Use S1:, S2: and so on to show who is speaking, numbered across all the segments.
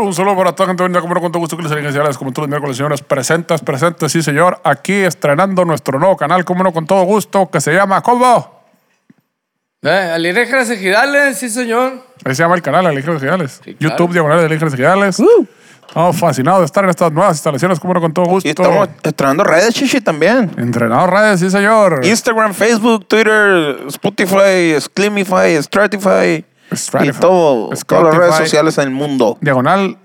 S1: Un saludo para toda gente bonita, como no, con todo gusto que les salgan señoras, como todos los miércoles, señores, presentes, presentes, sí señor, aquí estrenando nuestro nuevo canal, como no, con todo gusto, que se llama, ¿cómo?
S2: Eh, alienígenas y girales, sí, señor.
S1: Ahí se llama el canal, Alienígenas Ejidales.
S2: Sí, claro.
S1: YouTube, Diagonal de Alienígenas Ejidales. Estamos fascinados de estar en estas nuevas instalaciones, como no, con todo gusto.
S3: Y estamos estrenando redes, chichi, también.
S1: Entrenador redes, sí señor.
S3: Instagram, Facebook, Twitter, Spotify, Sclimify, Stratify,
S1: Stratify,
S3: y todo, todas las
S1: Spotify.
S3: redes sociales en el mundo.
S1: Diagonal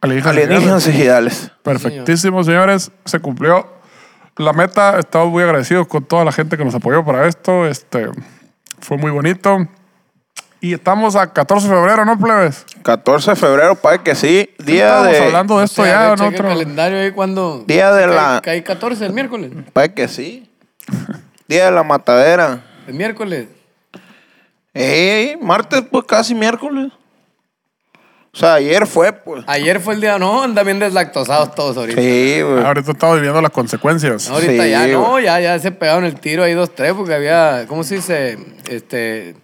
S1: Alienígenas
S3: Alienígenas
S1: Ejidales.
S3: ejidales.
S1: Perfectísimo, señores. Se cumplió la meta. Estamos muy agradecidos con toda la gente que nos apoyó para esto. Este, fue muy bonito. Y estamos a 14 de febrero, ¿no, plebes?
S3: 14 de febrero, para que sí, día
S1: Estábamos
S3: de.
S1: hablando de esto
S2: O sea,
S1: ya
S2: ve,
S1: en
S2: checa
S1: otro.
S2: el calendario ahí cuando.
S3: Día de
S2: cae-
S3: la-
S2: Cae 14 el miércoles.
S3: Para que sí. Día de la matadera.
S2: El miércoles.
S3: Ey, martes, pues casi miércoles. O sea, ayer fue, pues.
S2: Ayer fue el día, no, andan bien deslactosados todos ahorita.
S3: Sí, güey.
S1: Ahorita estamos viviendo las consecuencias.
S2: No, ahorita
S3: Sí,
S2: ya no,
S3: güey.
S2: ya, ya se pegaron el tiro ahí dos, tres, porque había, ¿cómo se dice? Este,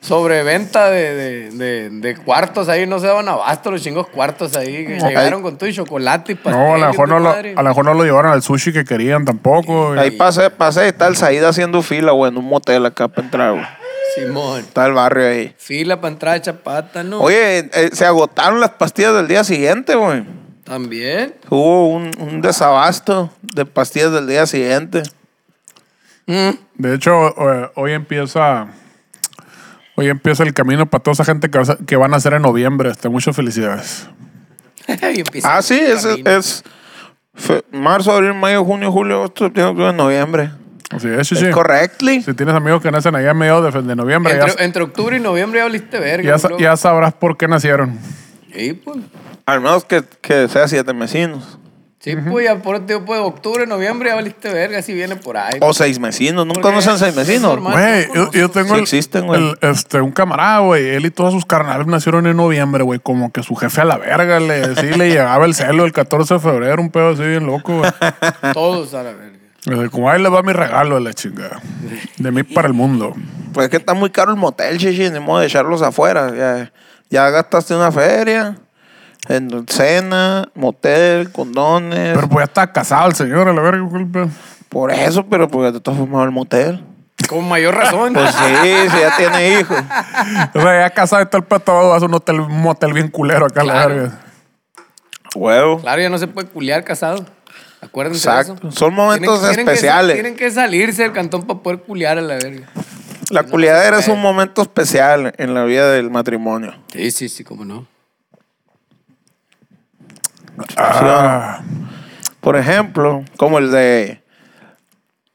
S2: sobreventa de, de, de, de cuartos ahí, no se daban abasto los chingos cuartos ahí, que
S3: Ok.
S2: llegaron con todo y chocolate y pastel.
S1: No, a
S2: y
S1: lo mejor
S2: pues, tu
S1: no lo,
S2: madre.
S1: a lo mejor no lo llevaron al sushi que querían tampoco.
S3: Ahí pasé, pasé y está el Said haciendo fila, güey, en un motel acá para entrar, güey.
S2: Simón,
S3: Está el barrio ahí.
S2: fila para entrar a Chapata, ¿no?
S3: Oye, eh, se agotaron las pastillas del día siguiente, güey.
S2: También.
S3: Hubo un, un desabasto de pastillas del día siguiente.
S2: Mm.
S1: De hecho, eh, hoy empieza. Hoy empieza el camino para toda esa gente que, vas a- que van a hacer en noviembre. Este, muchas felicidades.
S2: Y empieza
S3: Ah, sí,
S2: el
S3: es,
S2: camino.
S3: es fe- marzo, abril, mayo, junio, julio, agosto, septiembre, octubre, noviembre.
S1: Así es, sí,
S3: ¿Es
S1: sí.
S3: correctly?
S1: Si tienes amigos que nacen allá en medio de, de noviembre, ya,
S2: Entre, entre octubre y noviembre ya habliste verga.
S1: ya sa-
S2: bro.
S1: ya sabrás por qué nacieron.
S2: Sí, pues.
S3: Al menos que, que sea siete mesinos.
S2: Sí, pues ya por tío, pues octubre, noviembre ya valiste verga si viene por ahí.
S3: O seis mesinos. ¿Nunca
S2: Porque
S3: conocen seis
S2: es
S3: mesinos?
S2: normal.
S1: Güey,
S2: no
S1: yo,
S2: conozco.
S1: yo tengo
S3: Sí
S1: el-
S3: existen, güey.
S1: el, este, un camarada, güey. Él y todos sus carnales nacieron en noviembre, güey. Como que su jefe a la verga le, sí, le llegaba el celo el 14 de febrero, un pedo así bien loco, güey.
S2: Todos a la verga.
S1: Así Como ahí le va mi regalo a la chingada. De mí para el mundo.
S3: Pues es que está muy caro el motel, chichi. Ni modo de echarlos afuera. Ya, ya gastaste una feria. En cena, motel, condones.
S1: Pero pues ya está casado el señor, a la verga, güey, el pedo.
S3: Por eso, pero pues, porque te estás fumando el motel.
S2: Con mayor razón.
S3: Pues sí, si ya tiene hijos.
S1: O sea, ya casado está el pedo, te vas a un hotel, un motel bien culero acá, a la
S2: Claro.
S1: verga.
S3: Huevo.
S2: Claro, ya no se puede culiar casado. Acuérdense
S3: Exacto.
S2: de eso.
S3: Son momentos
S2: Tienen- tienen que sa-
S3: especiales.
S2: tienen que salirse del cantón para poder culiar a la verga.
S3: La culiadera es un momento especial en la vida del matrimonio.
S2: Sí, sí, sí, cómo no.
S1: Ah,
S3: Por ejemplo, como el de.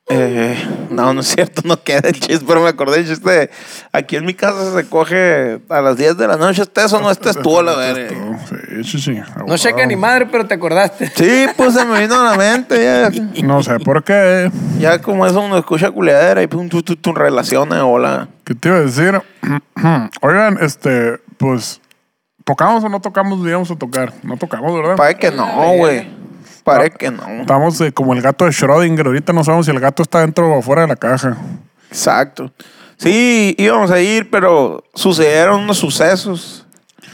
S3: eh, no, no es cierto, no queda el chiste, pero me acordé el chiste. de, Aquí en mi casa se coge a las 10 de la noche. ¿Estés o no estés tú a la verga?
S1: sí, sí, sí.
S2: No cheque ni madre, pero te acordaste.
S3: Sí, pues se me vino a la mente. Ya,
S1: No sé por qué.
S3: ya como eso uno escucha culiadera y pum, tu, tu, tu, relaciones, hola.
S1: ¿Qué te iba a decir? Oigan, este, pues, ¿tocamos o no tocamos? Digamos a tocar. No tocamos, ¿verdad?
S3: Parece que no, güey. Parece que no.
S1: Estamos eh, como el gato de Schrödinger. Ahorita no sabemos si el gato está dentro o fuera de la caja.
S3: Exacto. Sí, íbamos a ir, pero sucedieron unos sucesos.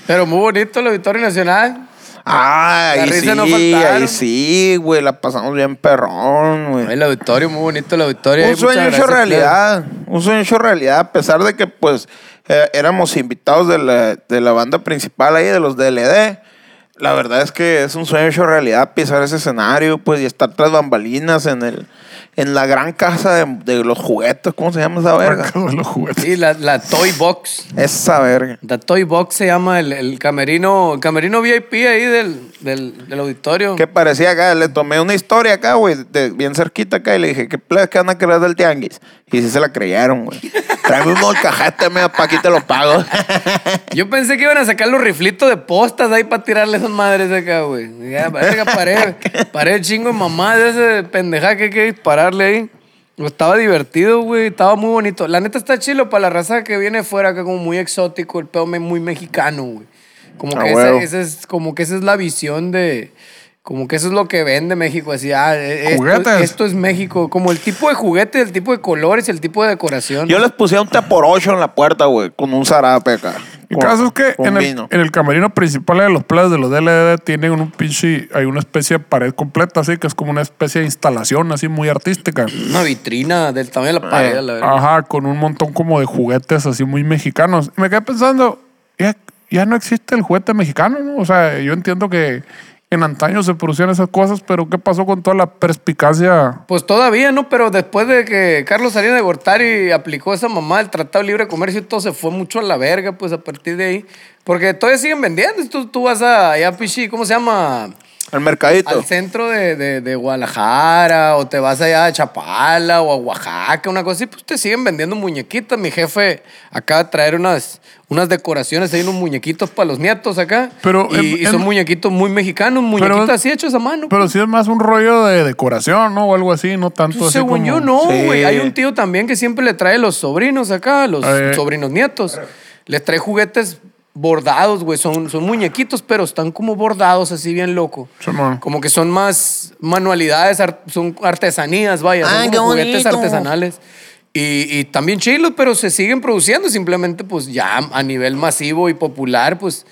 S2: Pero muy bonito el Auditorio Nacional.
S3: Ah,
S2: La
S3: ahí sí,
S2: risa no faltaron.
S3: ahí sí, güey, la pasamos bien perrón, güey.
S2: El auditorio, muy bonito el auditorio. Ahí,
S3: Un sueño
S2: muchas
S3: hecho
S2: gracias,
S3: realidad, un sueño hecho realidad, a pesar de que pues eh, éramos invitados de la, de la banda principal ahí, de los DLD. La verdad es que es un sueño hecho realidad pisar ese escenario, pues, y estar tras bambalinas en el en la gran casa de, de los juguetes, ¿cómo se llama esa verga?
S1: Mercado de los juguetes.
S2: Sí, la, la Toy Box.
S3: Esa verga.
S2: La Toy Box se llama el, el camerino, el camerino VIP ahí del, del, del auditorio.
S3: Que parecía acá, le tomé una historia acá, güey, de- bien cerquita acá, y le dije, ¿qué plebes que van a creer del tianguis? Y sí se la creyeron, güey. Tráeme un molcajete, me pa' aquí te lo pago.
S2: Yo pensé que iban a sacar los riflitos de postas ahí para tirarle esas madres acá, güey. Ya, parece que paré, paré el chingo de mamá de ese pendeja que hay que dispararle ahí. Pero Estaba divertido, güey. Estaba muy bonito. La neta está chilo para la raza que viene fuera, acá como muy exótico, el pedo me- muy mexicano, güey. Como
S3: Ah,
S2: que,
S3: huevo.
S2: esa, esa es, como que esa es la visión de. Como que eso es lo que vende México. Así, ah, eh, esto,
S1: Juguetes.
S2: esto es México. Como el tipo de juguete, el tipo de colores, el tipo de decoración.
S3: Yo les puse un teporocho en la puerta, güey, con un zarape acá.
S1: El
S3: Con-
S1: caso es que
S3: con
S1: en el,
S3: vino.
S1: en el camerino principal de los players de los DLD tienen un pinche, hay una especie de pared completa así, que es como una especie de instalación así muy artística.
S2: Una vitrina del tamaño
S3: Ah.
S2: de la pared, la verdad.
S1: Ajá, con un montón como de juguetes así muy mexicanos. Y me quedé pensando, ya, ya no existe el juguete mexicano, ¿no? O sea, yo entiendo que en antaño se producían esas cosas, pero ¿qué pasó con toda la perspicacia?
S2: Pues todavía, ¿no? Pero después de que Carlos Salinas de Gortari aplicó esa mamá del Tratado de Libre de Comercio y todo se fue mucho a la verga, pues a partir de ahí. Porque todavía siguen vendiendo. Tú, tú vas a, allá, pichi, ¿cómo se llama?
S3: El mercadito.
S2: Al centro de, de- de Guadalajara o te vas allá a Chapala o a Oaxaca, una cosa así, pues te siguen vendiendo muñequitas. Mi jefe acaba de traer unas, unas decoraciones, hay unos muñequitos para los nietos acá.
S1: Pero
S2: y,
S1: es-
S2: y son
S1: es-
S2: muñequitos muy mexicanos, muñequitos así hechos a mano.
S1: Pero sí es más un rollo de decoración, ¿no? O algo así, no tanto así
S2: Pues
S1: como-
S2: Según yo, no,
S3: Sí.
S2: güey. Hay un tío también que siempre le trae los sobrinos acá, los
S1: Eh.
S2: sobrinos nietos. Les trae juguetes bordados, güey. Son, son muñequitos, pero están como bordados así bien loco.
S1: Simón.
S2: Como que son más manualidades, ar- son artesanías, vaya.
S3: Ay,
S2: son
S3: Ah, qué
S2: como juguetes
S3: bonito.
S2: artesanales. Y, y también chilos, pero se siguen produciendo. Simplemente, pues ya a nivel masivo y popular, pues,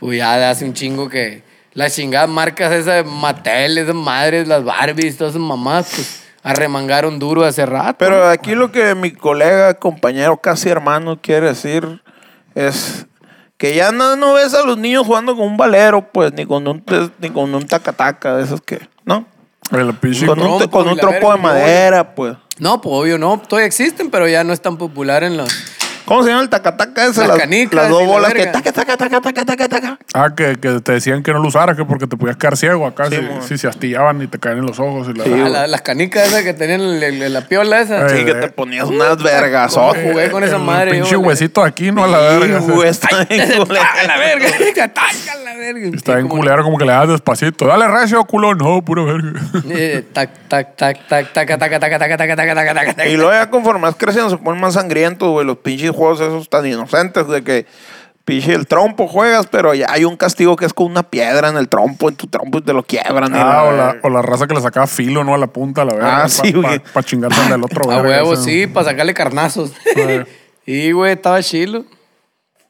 S2: pues ya hace un chingo que las chingadas marcas esas de Mattel, esas madres, las Barbies, todas esas mamás, pues arremangaron duro hace rato.
S3: Pero aquí lo que mi colega, compañero, casi hermano quiere decir es que ya no, no ves a los niños jugando con un valero, pues, ni con un, te- ni con un tacataca de esos que, ¿no?
S1: El pinche-
S3: con, un, te-
S2: trompo
S3: con
S2: y
S3: un
S2: la
S3: tropo
S2: verga,
S3: de
S2: un bollo.
S3: madera, pues.
S2: No, pues obvio, no. Todavía existen, pero ya no es tan popular en los.
S3: ¿Cómo se llama el tacataca ese?
S2: Las canicas
S3: las
S2: y
S3: dos
S2: la
S3: bolas que
S2: verga.
S3: taca, taca, taca, taca, taca, taca.
S1: Ah, que, que te decían que no lo usaras, que porque te podías quedar ciego acá
S3: Sí,
S1: si,
S3: mon.
S1: si se astillaban y te caían en los ojos. Y la,
S3: Sí,
S2: Ah,
S3: güey.
S2: la- las canicas esas que tenían el- el- la piola esa.
S1: Eh,
S3: Sí, que te ponías unas vergas.
S2: ¿cómo jugué
S3: eh,
S2: con esa
S1: el
S2: madre,
S1: pinche
S2: yo, la-
S1: huesito aquí, no a la verga. o sea,
S2: ¡Ah, la verga! ¡Taca la verga!
S1: Está bien
S2: Como-
S1: culero, como que le das despacito. Dale recio, culo. No, pura verga.
S2: Eh, Tac, tac, tac, tac, taca, taca, taca, taca, taca, taca, taca, taca, taca.
S3: Y luego ya conforme más creciendo se ponen más sangrientos, güey. Los pinches juegos esos tan inocentes de que pinche el trompo juegas, pero ya hay un castigo que es con una piedra en el trompo, en tu trompo y te lo quiebran. y
S1: Ah, o la,
S2: eh.
S3: verga.
S1: o la raza que le sacaba filo, ¿no? A la punta, a la verga.
S3: Ah, sí,
S1: Para
S3: güey.
S1: pa, pa chingarte al del otro,
S2: A
S1: verga, o
S2: huevo,
S1: sea.
S2: sí, para sacarle carnazos.
S1: ver.
S2: Y, güey, estaba chilo.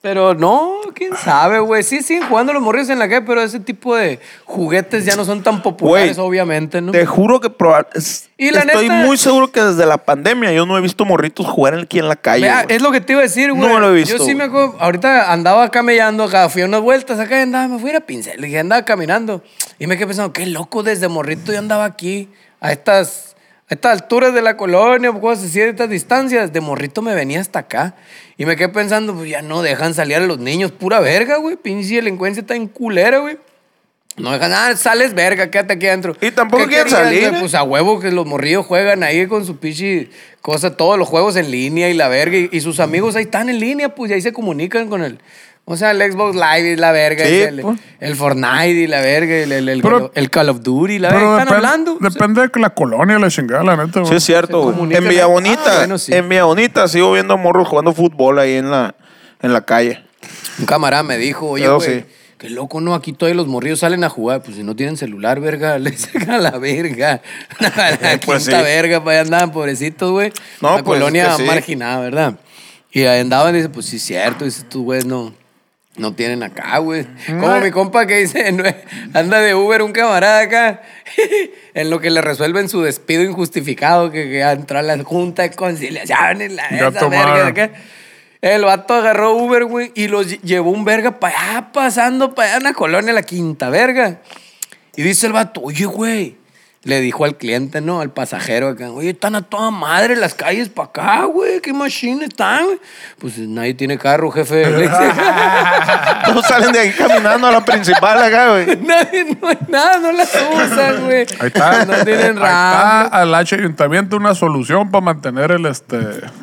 S2: Pero no, quién sabe, güey. Sí, siguen jugando los morrillos en la calle, pero ese tipo de juguetes ya no son tan populares,
S3: Güey,
S2: obviamente, ¿no?
S3: Te juro que proba- es-
S2: Y la
S3: estoy
S2: neta-
S3: muy seguro que desde la pandemia yo no he visto morritos jugar aquí en la calle.
S2: Vea,
S3: güey.
S2: es lo que te iba a decir, güey.
S3: No lo he visto,
S2: Yo sí
S3: güey.
S2: me acuerdo. Ahorita andaba camellando acá, fui a unas vueltas acá y andaba, me fui a ir a pincel. Y andaba caminando. Y me quedé pensando, qué loco, desde morrito yo andaba aquí, a estas, a estas alturas de la colonia, o cosas así, a estas distancias. De morrito me venía hasta acá. Y me quedé pensando, pues ya no dejan salir a los niños, pura verga, güey. Pinche delincuencia está en culera, güey. No dejan nada, sales verga, quédate aquí adentro.
S3: Y tampoco
S2: ¿Qué
S3: quieren
S2: querías,
S3: salir,
S2: güey?
S3: ¿eh?
S2: Pues a huevo que los morrillos juegan ahí con su pichi cosa, todos los juegos en línea y la verga. Y, y sus amigos ahí están en línea, pues y ahí se comunican con el. O sea, el Xbox Live y la verga,
S3: Sí,
S2: y el,
S3: pues.
S2: el Fortnite y la verga, el, el- el
S1: Pero-
S2: Call of- el Call of Duty y la verga.
S1: Pero
S2: Están
S1: depen-
S2: hablando. o sea,
S1: Depende de que la colonia, la chingada, la neta.
S3: Sí,
S1: güey.
S3: es cierto,
S2: se
S3: güey.
S2: comunican
S3: En Villa
S2: ahí.
S3: Bonita,
S2: Ah, bueno, sí.
S3: en Villa Bonita sigo viendo morros jugando fútbol ahí en la, en la calle.
S2: Un camarada me dijo, oye,
S3: Pero
S2: güey,
S3: sí.
S2: qué loco, ¿no? Aquí todavía los morrillos salen a jugar. Pues si no tienen celular, verga, les saca la verga. la
S3: Pues
S2: quinta
S3: sí.
S2: verga, para allá andaban pobrecitos, güey.
S3: No,
S2: Una
S3: pues, es
S2: colonia
S3: que sí.
S2: marginada, ¿verdad? Y ahí andaban y dice, pues sí, cierto. Dice, tú, güey, no... No tienen acá, güey.
S3: Mm,
S2: Como mi compa que dice, no, anda de Uber un camarada acá, en lo que le resuelven su despido injustificado, que, que entra a la junta de conciliación y la
S1: Ya
S2: esa verga
S1: tomaron.
S2: de acá. El vato agarró Uber, güey, y los lle- llevó un verga para allá, pasando para allá en la colonia, la quinta verga. Y dice el vato, oye, güey, le dijo al cliente, ¿no? Al pasajero acá, oye, están a toda madre las calles para acá, güey, qué machine están, güey?" Pues nadie tiene carro, jefe. Le dice.
S3: Todos salen de aquí caminando a la principal acá, güey.
S2: nadie, no hay nada, no las usan, güey.
S1: Ahí está.
S2: No
S1: Ahí
S2: tienen
S1: está
S2: RAM.
S1: al ayuntamiento una solución para mantener el, este,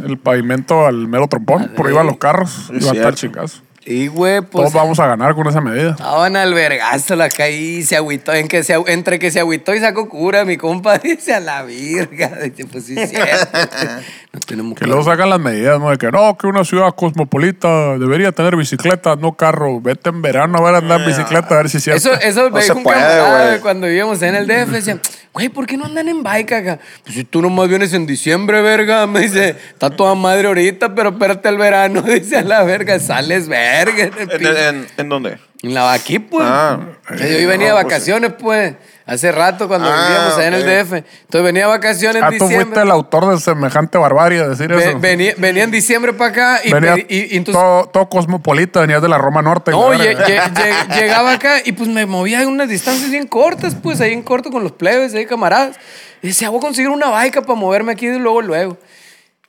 S1: el pavimento al mero
S2: Ah,
S1: trompón. Por ahí van los carros.
S3: Es
S1: y va a estar
S3: cierto.
S1: chicas.
S2: Y, güey, pues
S1: Todos vamos a ganar con esa medida.
S2: Estaban al vergazo la caí, se agüitó, en que se, agü- entre que se agüitó y sacó cura, mi compa dice a la virga. Dice, pues sí, es cierto. No tenemos
S1: Que luego sacan las medidas, ¿no? De que no, que una ciudad cosmopolita debería tener bicicleta, no carro. Vete en verano a ver andar en bicicleta, a ver si es cierto.
S2: Eso, eso
S3: No
S2: me
S3: se
S2: dijo un
S3: puede,
S2: camarada
S3: güey.
S2: cuando vivíamos en el DF. Decían, güey, ¿por qué no andan en bike acá? Pues si tú nomás vienes en diciembre, verga. Me dice, está toda madre ahorita, pero espérate el verano. Dice a la verga, sales, verga. en el
S3: ¿En,
S2: pinche-
S3: en, en dónde?
S2: En la aquí, pues.
S3: Ah.
S2: O sea, yo venía
S3: No,
S2: de
S3: pues,
S2: vacaciones, pues. Hace rato cuando
S3: Ah,
S2: vivíamos allá en el
S3: ok.
S2: DF. Entonces venía de vacaciones
S1: Ah,
S2: en
S1: tú fuiste
S2: diciembre.
S1: el autor de semejante barbarie, decir
S2: Ve-
S1: eso.
S2: venía, venía en diciembre para acá y,
S1: Venías
S2: pedí- y- y entonces.
S1: todo, todo cosmopolita, venías de la Roma Norte. y
S2: No,
S1: la
S2: lle-
S1: verga.
S2: lle- lle- llegaba acá y pues me movía en unas distancias bien cortas, pues ahí en corto con los plebes, ahí camaradas. Y decía, voy a conseguir una bike para moverme aquí de luego, luego.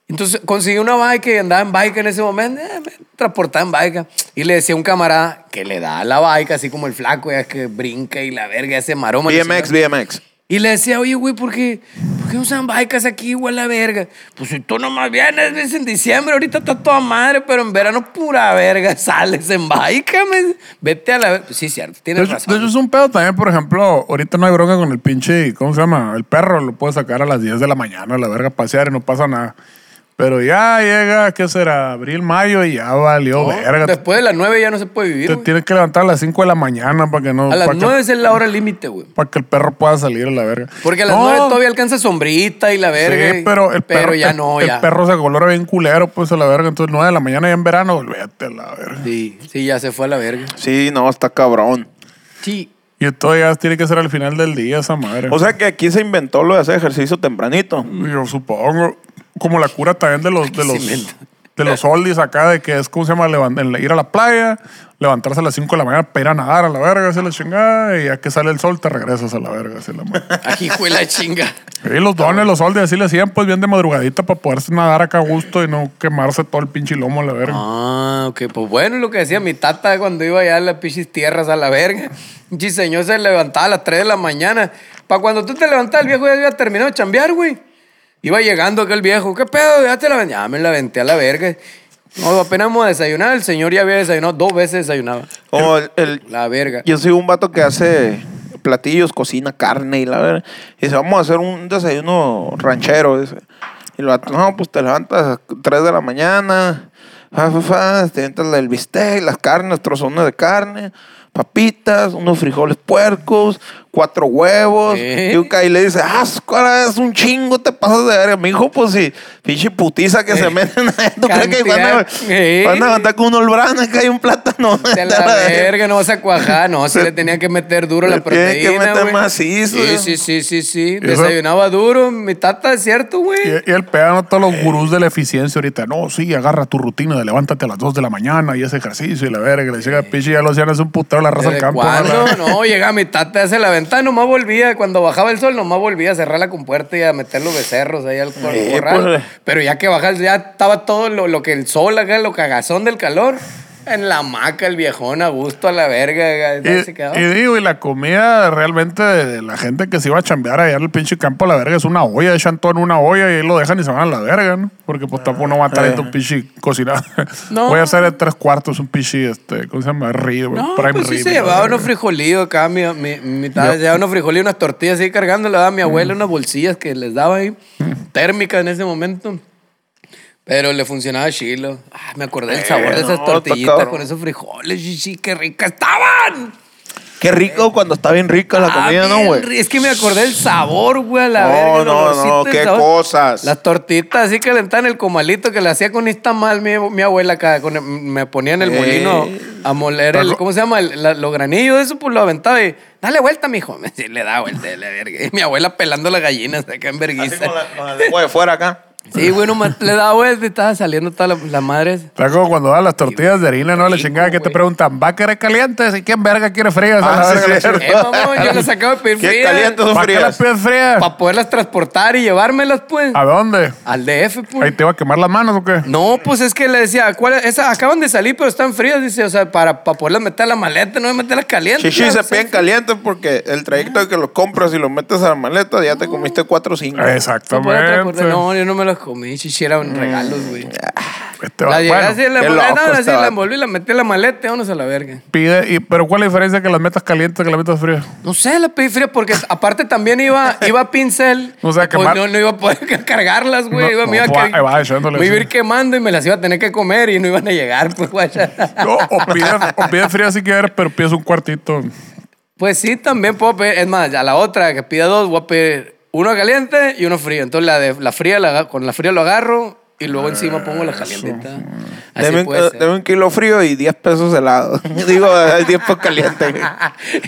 S2: Entonces conseguí una bike y andaba en bike en ese momento, eh, me transportaba en bike. Y le decía a un camarada que le da a la bike, así como el flaco, ya que brinca y la verga, ese maroma. la
S3: BMX,
S2: chingada.
S3: BMX.
S2: Y le decía, oye, güey, ¿por qué, ¿por qué usan bikes aquí, güey, a la verga? Pues si tú nomás vienes, ves en diciembre, ahorita está toda madre, pero en verano pura verga, sales en bike, me- vete a la verga. Pues sí, cierto,
S1: De
S2: tienes
S1: hecho, de
S2: razón.
S1: hecho, es un pedo también, por ejemplo, ahorita no hay bronca con el pinche, ¿cómo se llama? El perro lo puede sacar a las 10 de la mañana a la verga a pasear y no pasa nada. Pero ya llega, ¿qué será? Abril, mayo y ya valió pues, verga. Te,
S2: Después de las nueve ya no se puede vivir,
S1: te
S2: güey.
S1: tienes que levantar a las 5 de la mañana para que no...
S2: A las
S1: para que-
S2: nueve es la hora límite, güey.
S1: para que el perro pueda salir a la verga.
S2: Porque a las
S1: No,
S2: nueve todavía alcanza sombrita y la verga.
S1: Sí,
S2: y-
S1: pero el perro,
S2: ya
S1: el-
S2: no,
S1: el
S2: ya.
S1: perro se colora bien culero, pues a la verga. Entonces, 9 de la mañana ya en verano, olvídate a la verga.
S2: Sí, sí, ya se fue a la verga.
S3: Sí, no, está cabrón.
S2: Sí.
S1: Y esto ya tiene que ser al final del día esa madre.
S3: O sea que aquí se inventó lo de hacer ejercicio tempranito.
S1: Yo supongo. Como la cura también de los, de los,
S2: se inventa.
S1: de los oldies acá, de que es, ¿cómo se llama? Levan- en la- ir a la playa, levantarse a las 5 de la mañana para ir a nadar a la verga, hacer la chingada, y ya que sale el sol te regresas a la verga, así la madre.
S2: Aquí fue la chinga.
S1: Y los dones, los oldies, así le hacían, pues bien de madrugadita para poderse nadar acá a gusto y no quemarse todo el pinche lomo a la verga.
S2: Ah, ok, pues bueno, lo que decía mi tata cuando iba allá a las pichis tierras a la verga. Un señor se levantaba a las 3 de la mañana. Para cuando tú te levantabas, el viejo ya había terminado de chambear, güey. Iba llegando aquel viejo, ¿qué pedo? Ya te la aventé. Ya me la aventé a la verga. No, apenas vamos a desayunar, el señor ya había desayunado, dos veces desayunaba.
S3: Como el, el-
S2: La verga.
S3: yo soy un vato que hace platillos, cocina carne y la verdad. Y dice, vamos a hacer un desayuno ranchero. dice. Y el vato, no, pues te levantas a 3 de la mañana, fa, fa, fa, te entras el bistec, las carnes, trozones de carne, papitas, unos frijoles puercos, cuatro huevos.
S2: ¿Eh?
S3: Y un ca- y le dice, ah, su cara, es un chingo, te pasas de verga. Mi hijo, pues sí, pinche putiza que se meten. ¿Tú crees que van a,
S2: Cantidad, ¿eh?
S3: van a levantar con un olbrana que hay un plátano?
S2: Te la verga, no vas a cuajar, no, se le tenía que meter duro la
S3: Le tiene que
S2: proteína.
S3: meter
S2: güey.
S3: macizo.
S2: Sí, sí, sí, sí, sí.
S1: Eso-
S2: Desayunaba duro, mi tata, es cierto, güey.
S1: Y, y el peano, todos los gurús de la eficiencia ahorita, no, sí, agarra tu rutina de levántate a las 2 de la mañana y ese ejercicio y la verga, le llega pinche, ya lo hacían, es un putero la raza al
S2: ¿Desde
S1: campo. ¿no?
S2: cuándo?
S1: La-
S2: No, llegaba mi tata hacia la ventana, nomás volvía. Cuando bajaba el sol, nomás volvía a cerrar la compuerta y a meter los becerros ahí al cor-
S3: Eh,
S2: corral.
S3: pues.
S2: Pero ya que bajaba, ya estaba todo lo, lo que el sol acá, lo cagazón del calor. En la hamaca, el viejón, a gusto, a la verga. acá,
S1: Y,
S2: se quedaba.
S1: y digo, y la comida realmente de de la gente que se iba a chambear allá al pinche campo a la verga es una olla, echan todo en una olla y ahí lo dejan y se van a la verga, ¿no? Porque pues tampoco no va a estar ahí tu pinche cocinado.
S2: No.
S1: Voy a hacer de tres cuartos un pinche, este, ¿cómo se llama? Río,
S2: No,
S1: prime
S2: pues sí
S1: rib,
S2: se
S1: y la
S2: llevaba
S1: verga.
S2: unos frijolitos acá, mi, mi, mi tata
S1: Yo- Mm.
S2: llevaba unos frijolitos, unas tortillas así cargando, le daba a mi abuela unas bolsillas que les daba ahí, térmicas en ese momento. Pero le funcionaba chilo. Ah, me acordé
S1: Eh,
S2: del sabor de
S3: no,
S2: esas
S3: está
S2: tortillitas
S3: cabrón.
S2: con esos frijoles, sí, sí, qué ricas estaban.
S3: Qué rico cuando está bien rica la
S2: Ah,
S3: comida, ¿no,
S2: bien
S3: güey?
S2: ri- Es que me acordé del sabor, güey, a la
S3: No,
S2: verga, el
S3: no,
S2: olorcito
S3: no,
S2: y el
S3: qué
S2: sabor.
S3: cosas.
S2: Las tortitas así calentaban el comalito que le hacía con istamal mi, mi abuela acá. con el- me ponía en el
S3: Eh.
S2: molino a moler el, ¿cómo se llama? El, la- los granillos, eso, pues lo aventaba y, dale vuelta, mijo. Me decía, le da vuelta, la verga. Y mi abuela pelando las gallinas acá en verguiza.
S3: Así con la- con la lengua de fuera acá.
S2: Sí, güey, nomás le daba vuelta y estaba saliendo toda la, la madre. esa.
S1: Está como cuando dan las tortillas de harina, ¿no? La chingada que te
S2: güey.
S1: preguntan, ¿va a querer calientes? ¿Y quién verga quiere frías?
S3: Ah,
S1: A la
S3: sí,
S1: verga, la
S3: cierto.
S1: chingada.
S2: Eh, mamón, yo las acabo de pedir
S3: ¿Qué
S2: frías.
S3: calientes o
S1: ¿Para qué las
S3: frías?
S1: pides frías?
S2: Para poderlas transportar y llevármelas, pues.
S1: ¿A dónde?
S2: Al DF, pues.
S1: ¿Ahí te va a quemar las manos o qué?
S2: No, pues es que le decía, ¿cuál es? Esas acaban de salir, pero están frías, dice, o sea, para, para poderlas meter a la maleta, no me meterlas calientes.
S3: Chichi
S2: ya,
S3: se
S2: o sea,
S3: piden calientes porque el trayecto que lo compras y lo metes a la maleta ya te comiste 4 o 5.
S2: no pues, puedo
S1: Exactamente.
S2: transportar. No, yo no me las comí, chichi, eran regalos, güey.
S1: Este va-
S2: La llegué
S1: bueno,
S2: así, la
S3: Mm, qué
S2: maleta,
S3: loco
S2: así,
S3: este
S2: la
S3: vato.
S2: envolví, la metí en la maleta, vámonos a la verga.
S1: pide, y- pero ¿cuál es la diferencia que las metas calientes que las metas frías?
S2: No sé, la pedí fría porque aparte también iba, iba a pincel.
S1: O sea,
S2: y pues
S1: quemar-
S2: no, no iba a poder cargarlas, güey.
S1: No,
S2: iba, me, iba
S1: no,
S2: a
S1: pues, ahí va, echándole,
S2: me iba a
S1: sí.
S2: ir quemando y me las iba a tener que comer y no iban a llegar, pues, guacha.
S1: No, o pides, o pides frías si quieres, pero pides un cuartito.
S2: Pues sí, también puedo pedir. Es más, a la otra que pida dos, voy a pedir uno caliente y uno frío. Entonces la, de, la fría, la aga- con la fría lo agarro y luego encima pongo la calientita. Así
S3: Deme, un-
S2: puede
S3: eh,
S2: ser.
S3: deme un kilo frío y 10 pesos helado. Digo, eh, 10 pesos caliente. güey.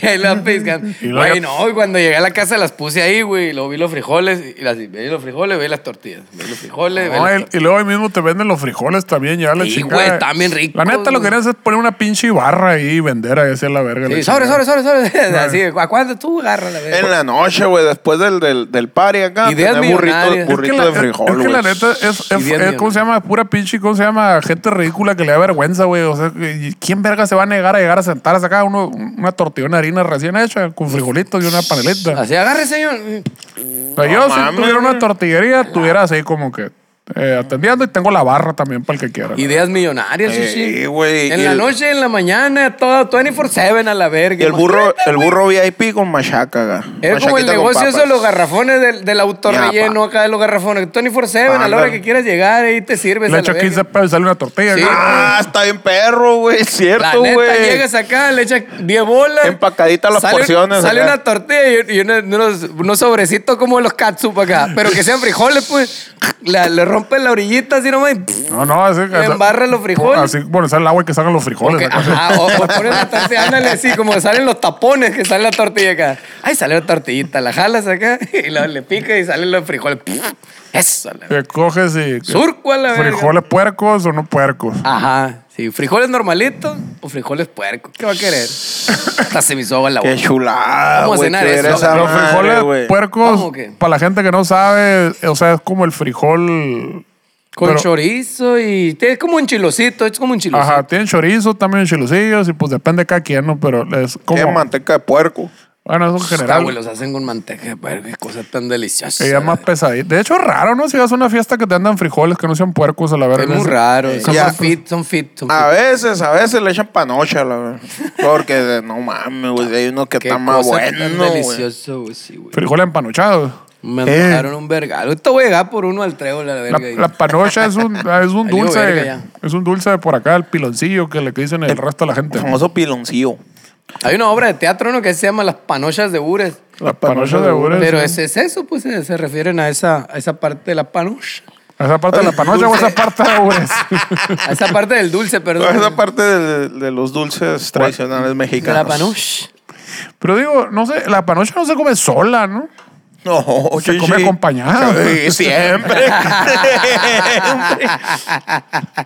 S2: y ahí la pizcan.
S1: Y luego-
S2: Güey, no, y cuando llegué a la casa las puse ahí, güey. Y luego vi los frijoles y las vi los frijoles, vi las tortillas. Vi los frijoles, vi
S1: No,
S2: las
S1: el- y luego ahí mismo te venden los frijoles también, ya la
S2: Sí,
S1: chingada.
S2: güey, están bien ricos,
S1: La neta lo que
S2: güey.
S1: querías es poner una pinche barra ahí y vender ahí hacia la verga. la
S2: Sí, sobre, sobre,
S1: chingada.
S2: sobre, sobre. Así, ¿a cuánto tú agarras la
S3: En
S2: verga?
S3: la noche, güey, después del, del, del party acá,
S2: Ideas
S3: tener burrito,
S2: millonarias.
S1: Es que
S3: burrito
S1: la,
S3: de frijol,
S1: es que la
S3: güey.
S1: neta es, es-
S2: Y bien,
S1: es-
S2: bien.
S1: ¿cómo se llama? Pura pinche, ¿cómo se llama? Gente ridícula que le da vergüenza, güey. O sea, ¿y ¿quién verga se va a negar a llegar a sentarse acá uno, una tortilla de harina recién hecha con frijolitos y una panelita?
S2: Así, agarre, señor.
S1: O sea, yo
S3: No
S1: si
S3: mames,
S1: tuviera una
S3: güey.
S1: tortillería, tuviera así como que eh, atendiendo y tengo la barra también para el que quiera.
S2: Ideas millonarias, sí,
S3: Eh,
S2: sí.
S3: güey,
S2: En
S3: y
S2: la
S3: el-
S2: noche, en la mañana, todo 24-7 a la verga.
S3: Y el burro,
S2: Imagínate,
S3: el burro VIP con machaca, acá.
S2: Es como el
S3: Machaquita con
S2: negocio eso de
S3: papas.
S2: los garrafones del, del
S3: Ya,
S2: autorrelleno
S3: pa.
S2: acá de los garrafones. 24-7, a la hora
S3: Ándale.
S2: que quieras llegar, ahí te sirves.
S1: Le
S2: pues, a la
S1: echo
S2: verga.
S1: 15 pesos y sale una tortilla.
S2: Sí.
S1: güey.
S3: Ah, está bien perro, güey. Es
S2: La
S3: cierto,
S2: neta,
S3: güey.
S2: llegas acá, le echas 10 bolas.
S3: Empacadita las
S2: sale-
S3: porciones
S2: Sale
S3: acá.
S2: una tortilla y, y una- unos, unos sobrecitos como los katsup acá. Pero que sean frijoles, pues. La- le rompen la orillita así nomás. y-
S1: No, no, así
S2: Le embarra los frijoles.
S1: Así, bueno, sale el agua y que salgan los frijoles.
S2: que-
S1: acá.
S2: ajá, o, o pones la tortilla, ándale así, como salen los tapones que sale la tortilla acá. Ay, sale la tortillita, la jalas acá y la, le pica y salen los frijoles. Eso, la
S1: Que coges y. que-
S2: Surco a la verga.
S1: Frijoles puercos o no puercos.
S2: Ajá, sí, frijoles normalitos o frijoles puercos. ¿Qué va a querer? Hasta se me hizo agua en la
S3: Qué
S2: boca.
S3: chulada,
S2: Vamos a
S3: güey.
S2: cenar
S3: qué
S2: eso.
S3: era esa
S1: los
S3: madre,
S1: frijoles
S3: güey.
S1: puercos,
S2: ¿Cómo que?
S1: para la gente que no sabe, o sea, es como el frijol.
S2: Con
S1: pero-
S2: chorizo y. Es como un chilocito, es como un chilocito.
S1: Ajá, tienen chorizo, también chilucillos, y pues depende de cada quien, ¿no? Pero es como.
S3: Qué manteca de puerco.
S1: Bueno, es un
S2: Está, güey,
S1: general.
S2: los hacen con manteca de puerco, qué cosa tan deliciosa.
S1: Y ya más pesadito. De hecho, es raro, ¿no? Si vas a una fiesta que te andan frijoles que no sean puercos a la verga. Eh,
S2: es muy raro. son,
S3: ya.
S2: son fit, son fit, son
S3: pues A
S2: fit.
S3: veces, a veces le echan panocha, la verdad. Porque no mames, güey. Hay uno que
S2: Qué
S3: está más
S2: cosa tan
S3: bueno, güey.
S2: delicioso, güey, sí, güey.
S1: Frijoles empanuchados.
S2: Me
S3: Eh.
S2: mandaron un vergal. Ahorita voy a llegar por uno al trébol, a la
S1: La,
S2: verga. y-
S1: la panocha es un, ah, es un
S2: Valió verga
S1: dulce.
S2: ya.
S1: Es un dulce de por acá, el piloncillo que le que dicen el resto de la gente.
S3: El famoso piloncillo.
S2: Hay una obra de teatro, ¿no? Que se llama Las Panochas de Ures.
S1: La panocha de Ures.
S2: Pero
S1: sí.
S2: ese es eso, pues se, se refieren a esa, a esa parte de la panocha.
S1: Esa parte de la panocha o esa parte de Ures.
S2: A esa parte del dulce, perdón.
S3: Esa parte de, de los dulces tradicionales
S2: De la
S3: mexicanos.
S2: panush.
S1: Pero digo, no sé, la panocha no se come sola, ¿no?
S3: No,
S1: Se come acompañada.
S3: Sí, siempre.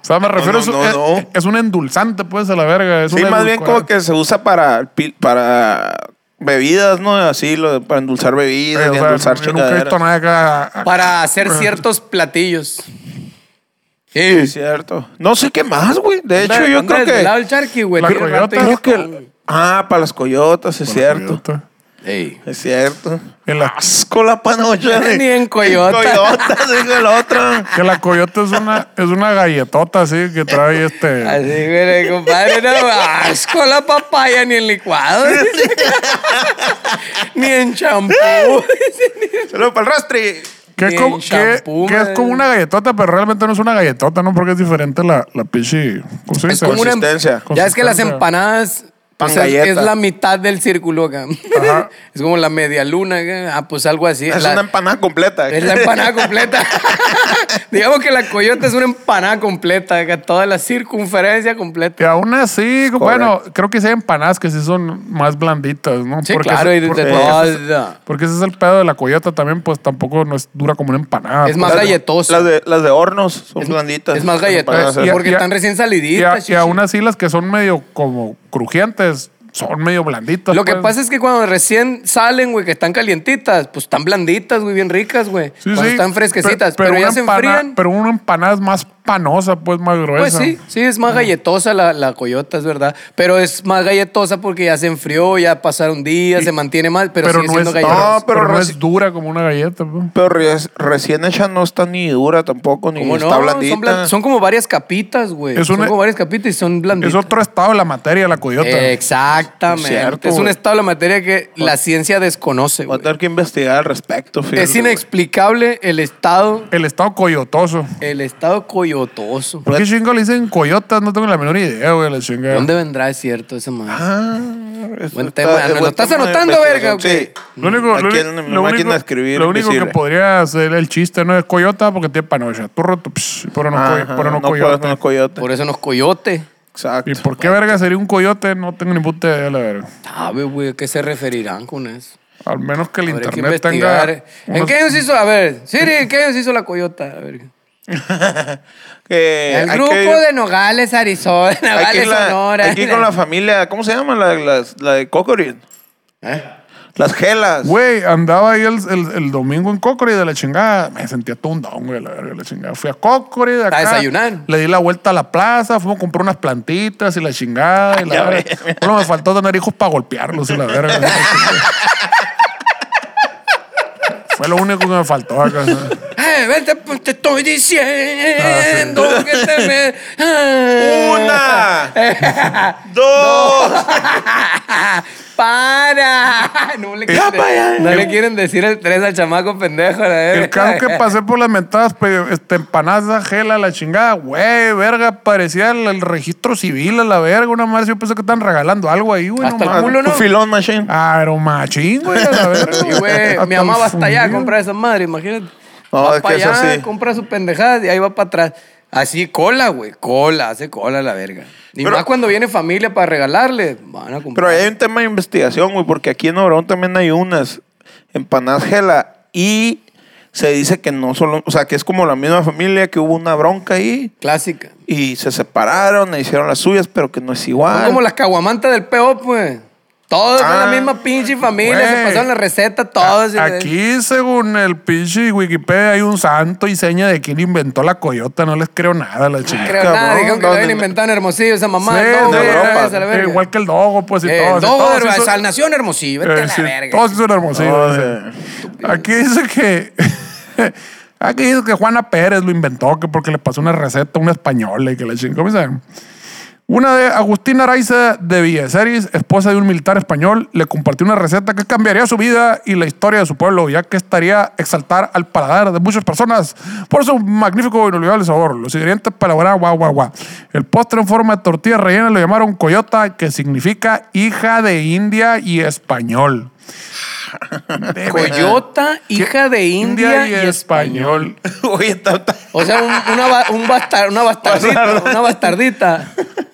S1: O sea, me refiero,
S3: no,
S1: es-
S3: no,
S1: es,
S3: no.
S1: es un endulzante, pues, a la verga. es
S3: sí,
S1: un
S3: más bien como
S1: edulcorante.
S3: que se usa para, pi- para bebidas, ¿no? Así, lo de- para endulzar bebidas,
S1: Eh,
S3: y
S1: o sea,
S3: endulzar
S1: yo nunca he visto
S3: chingaderas.
S1: nada acá.
S2: Para hacer ciertos platillos.
S3: Sí, cierto. No sé qué más, güey. De hecho,
S2: Anda-
S3: yo
S2: anda
S3: creo que...
S2: desvelado el charqui, güey.
S1: La
S2: Tiene rato
S1: coyota.
S2: que-
S3: Creo que- Ah, para las coyotas, es cierto.
S2: Ey.
S3: Es cierto.
S1: Que la,
S3: Asco la panocha. de-
S2: Ni en coyota.
S3: En coyota, dijo el otro.
S1: que la coyota es una, es una galletota así que trae este.
S2: Así, güey, compadre, no, asco la papaya ni en licuado. ni en champú.
S3: Saludos para el rastri.
S1: Que, es
S2: Bien
S1: como- que-
S2: champú,
S1: que es
S2: man.
S1: como una galletota, pero realmente no es una galletota, ¿no? Porque es diferente la, la pinche. ¿cómo se
S2: Es
S1: dice?
S2: como una em-
S3: Consistencia.
S2: Ya es que las
S1: Consistencia.
S2: empanadas
S3: pan
S2: O sea,
S3: galleta.
S2: es la mitad del círculo acá.
S1: Ajá.
S2: Es como la media luna. acá. Ah, pues algo así.
S3: Es
S2: La-
S3: una empanada completa.
S2: es la empanada completa. Digamos que la coyota es una empanada completa, acá, toda la circunferencia completa.
S1: Y aún así, bueno,
S3: correcto.
S1: creo que sí hay empanadas que sí son más blanditas, ¿no?
S2: Sí,
S1: Porque
S2: claro,
S1: ese-
S2: y de,
S1: porque,
S2: de toda-
S1: porque ese es el pedo de la coyota también, pues tampoco no es dura como una empanada.
S2: Es más
S1: pues.
S3: Las de-
S2: galletosa.
S3: Las de, las de hornos son blanditas.
S2: Es más
S3: Para
S2: galletosa,
S3: hacer-
S1: Y a-
S2: porque
S1: y a-
S2: están
S1: y,
S2: recién
S1: a-
S2: saliditas.
S1: y
S2: chichi.
S1: aún así las que son medio como crujientes son medio blanditas.
S2: Lo que
S1: pues.
S2: pasa es que cuando recién salen, güey, que están calientitas, pues están blanditas, güey, bien ricas, güey.
S1: Sí,
S2: cuando
S1: sí.
S2: están fresquecitas,
S1: Pe-
S2: pero, ya
S1: una
S2: se
S1: empana-
S2: enfrían.
S1: Pero una empanada es más panosa, pues más
S2: pues
S1: gruesa.
S2: sí, sí, es más galletosa la, la coyota, es verdad. Pero es más galletosa porque ya se enfrió, ya pasaron días, se mantiene mal, pero, sigue
S1: no, es,
S2: siendo
S3: No,
S2: galletosa.
S1: pero,
S3: pero
S1: no
S3: reci-
S1: es dura como una galleta. pues.
S3: Pero res- recién hecha no está ni dura tampoco, ni
S2: ¿Cómo
S3: está
S2: no?
S3: blandita.
S2: Son, blan- son como varias capitas, güey.
S1: Es
S2: Son
S1: una-
S2: como varias capitas y son blanditas.
S1: Es otro estado de la materia, la coyota.
S2: Exactamente.
S3: Cierto,
S2: es un
S3: güey.
S2: estado de la materia que la ciencia desconoce,
S3: Voy a
S2: güey.
S3: tener que investigar al respecto. fíjate,
S2: Es
S3: güey.
S2: inexplicable el estado,
S1: El estado coyotoso.
S2: el estado coyotoso.
S1: ¿Por qué chingo le dicen coyotas? No tengo la menor idea, güey, la chingada.
S2: ¿Dónde vendrá, es cierto, ese man?
S3: Ah, es-
S2: Buen
S3: está-
S2: tema,
S3: es
S2: ¿no?
S3: buen
S2: ¿Lo estás
S3: tema de
S2: anotando, verga,
S3: investigación,
S2: o qué?
S3: Sí.
S1: Lo único, lo,
S3: Aquí
S1: uni-
S3: en mi
S1: lo
S3: máquina
S1: único,
S3: de escribir
S1: lo
S3: me
S1: único que
S3: sirve.
S1: podría hacer el chiste no es coyota porque tiene panocha. Tú roto, psh, pero no,
S3: Ajá,
S1: coy- pero no
S3: no puedo
S1: coyota.
S3: tener coyote.
S2: Por eso nos coyote.
S3: Exacto.
S1: ¿Y por qué verga sería un coyote? No tengo ni puta idea, la verga.
S2: Sabe, güey, ¿a qué se referirán con eso?
S1: Al menos que el
S2: Habría que
S1: internet tenga.
S2: investigar. ¿En
S1: unos-
S2: qué años hizo? A ver, Siri, ¿en qué años hizo la coyota? A ver.
S3: Que
S2: El
S3: Eh, hay
S2: grupo
S3: que-
S2: de Nogales, Arizona,
S3: hay que
S2: Nogales,
S3: ir la-
S2: Sonora.
S3: hay que ir con la familia, ¿cómo se llama? La, las- la de Cocorin. ¿Eh? Las gelas.
S1: Güey, andaba ahí el, el- el domingo en Cocorí de la chingada. Me sentía tundón, güey, la verga, la chingada. Fui a Cocorí de acá.
S2: A desayunar.
S1: Le di la vuelta a la plaza, fuimos a comprar unas plantitas y la chingada. Y la verga. Solo me faltó tener hijos para golpearlos y la verga. Fue lo único que me faltó acá. ¿no?
S2: Eh, vente, pues, te estoy diciendo que te Eh, me...
S3: Ah, Una, dos.
S2: ¡Para! No le,
S3: Ya, pa' allá.
S2: quieren, no le quieren decir el 3 al chamaco pendejo. la verga.
S1: El caso que pasé por las mentadas, pe- este, empanadas, gela, la chingada, güey, verga, parecía el, el registro civil a la verga, una madre, yo pensé que estaban regalando algo ahí, güey.
S2: Hasta el
S1: mames.
S2: culo, ¿no?
S3: Un filón machine.
S1: Aeromachín, güey, a la verga.
S2: Sí, güey, mi mamá va hasta allá a comprar esa madre, imagínate.
S3: No,
S2: va
S3: es
S2: para
S3: que eso
S2: allá,
S3: sí.
S2: compra sus pendejadas y ahí va para atrás. Así, cola, güey, cola, hace cola la verga. Y
S3: Pero-
S2: más cuando viene familia para regalarle, van a comprar.
S3: Pero ahí hay un tema de investigación, güey, porque aquí en Obregón también hay unas empanadas gela y se dice que no solo, o sea, que es como la misma familia que hubo una bronca ahí
S2: Clásica.
S3: y se separaron e hicieron las suyas, pero que no es
S2: Son
S3: igual.
S2: como las caguamantas del PO, pues. Todos son la
S3: Ah,
S2: misma pinche familia, se
S1: güey.
S2: pasaron la receta, todos. y-
S1: Aquí, según el pinche Wikipedia, hay un santo y seña de quién inventó la coyota. No les creo nada, la
S2: No
S1: chingada.
S2: creo nada,
S3: cabrón,
S2: dijeron que lo
S3: ¿dónde?
S2: habían inventado en Hermosillo esa mamá.
S1: Sí,
S2: no,
S1: de
S2: güey,
S3: Europa.
S2: a la verga.
S1: Eh, igual que el dogo, pues, y
S2: Eh,
S1: todos. y
S2: no,
S1: todos
S2: pero
S1: hizo-
S2: al nación Hermosillo, vete
S1: eh,
S2: a la
S1: sí,
S2: verga.
S1: Todos son hermosillos.
S3: Ay.
S1: Aquí dice que... Aquí dice Ah, que Juana Pérez lo inventó que porque le pasó una receta a una española y que la chingó. ¿Cómo se llama? Una de Agustín Araiza de Villaceris, esposa de un militar español, le compartió una receta que cambiaría su vida y la historia de su pueblo, ya que estaría a exaltar al paladar de muchas personas por su magnífico e inolvidable sabor. Los ingredientes para elaborar guau, guau, guau. El postre en forma de tortilla rellena lo llamaron coyota, que significa hija de India y español. De
S2: Coyota, Pues hija de India y español.
S3: Oye, está- está-
S2: O sea, un- una, ba- un bastar- una bastardita.
S3: Bastarda.
S2: Una bastardita.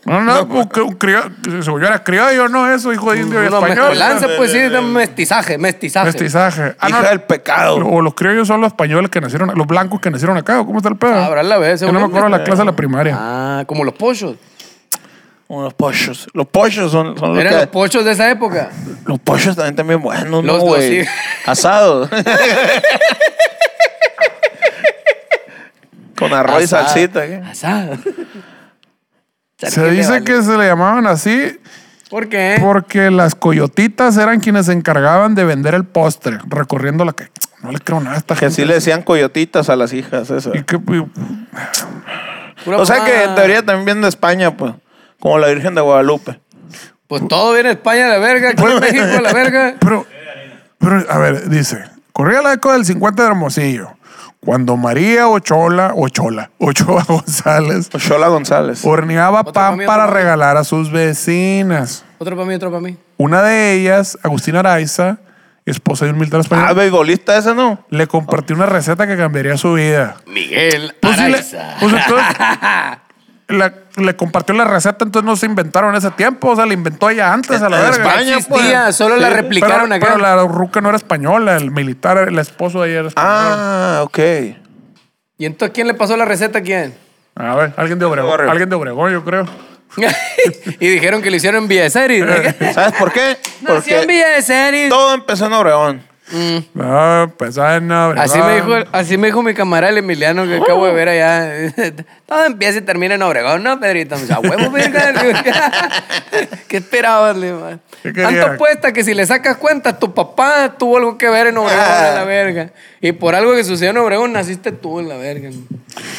S1: No, pues, no, porque un criollo, según yo era criollo, no, eso, hijo de indio y
S2: Una
S1: español.
S2: mezcolanza, pues sí, de mestizaje, mestizaje.
S1: Mestizaje. Ah, no,
S3: hija del pecado.
S1: O los criollos son los españoles que nacieron, los blancos que nacieron acá, ¿o cómo está el pedo?
S2: Habrá la vez,
S1: Yo no me acuerdo la clase de la primaria.
S2: Ah, como los pollos.
S3: Unos pochos. Los pochos son, son los
S2: Eran los
S3: que...
S2: pollos de esa época.
S3: Los pochos también también buenos, ¿no,
S2: Los dos,
S3: güey?
S2: sí.
S3: Asados. Con arroz y
S2: Asada.
S3: salsita. ¿qué?
S2: Asada.
S1: Se dice que se le llamaban así
S2: ¿Por qué?
S1: porque las coyotitas eran quienes se encargaban de vender el postre, recorriendo la que no le creo nada a esta
S3: Que
S1: gente.
S3: sí le decían coyotitas a las hijas, eso.
S1: Y que, pues,
S2: Pura
S3: O sea que en
S2: mamada.
S3: teoría también viene de España, pues. Como la Virgen de Guadalupe.
S2: Pues todo viene de España a la verga, aquí en México a la verga.
S1: pero, pero, a ver, dice, corría la eco del 50 de Hermosillo, cuando María Ochola, Ochola, Ochoa González,
S3: Ochola pues, González.
S1: horneaba pan
S2: comida,
S1: para
S2: otra comida.
S1: regalar a sus vecinas.
S2: Otro para mí, otro para mí.
S1: Una de ellas, Agustina Araiza, esposa de un militar español,
S3: Ah, beisbolista ese, ¿no?
S1: le compartió una receta que cambiaría su vida.
S2: Miguel
S1: Pues sí, le-
S2: Araiza.
S1: pues entonces- La- le compartió la receta, entonces no se inventaron ese tiempo. O sea, la inventó ella antes a la
S3: En
S1: verga.
S3: España,
S2: Existía,
S3: pues.
S2: solo la
S3: Sí.
S2: replicaron
S1: pero,
S2: acá.
S1: pero la ruca no era española, el militar, el esposo de ella era español.
S3: Ah, ok.
S2: ¿Y entonces quién le pasó la receta a quién?
S1: A ver, alguien de Obregón,
S3: Corre.
S1: alguien de Obregón, yo creo.
S2: y dijeron que lo hicieron en vía de serie.
S3: ¿Sabes por qué?
S2: Nació en
S3: Porque
S2: vía de serie.
S3: todo empezó en Obregón.
S1: Ah, pues ah, no, Obregón.
S2: Así me, dijo, así me dijo mi camarada el Emiliano que acabo de ver allá. Todo empieza y termina en Obregón, ¿no, Pedrito? Me dice, a huevo, verga. Le digo, ¿Qué esperabas, le digo?
S1: ¿Qué quería?
S2: Tanto apuesta que si le sacas cuenta, tu papá tuvo algo que ver en Obregón, a la verga. Y por algo que sucedió en Obregón, naciste tú, en la verga.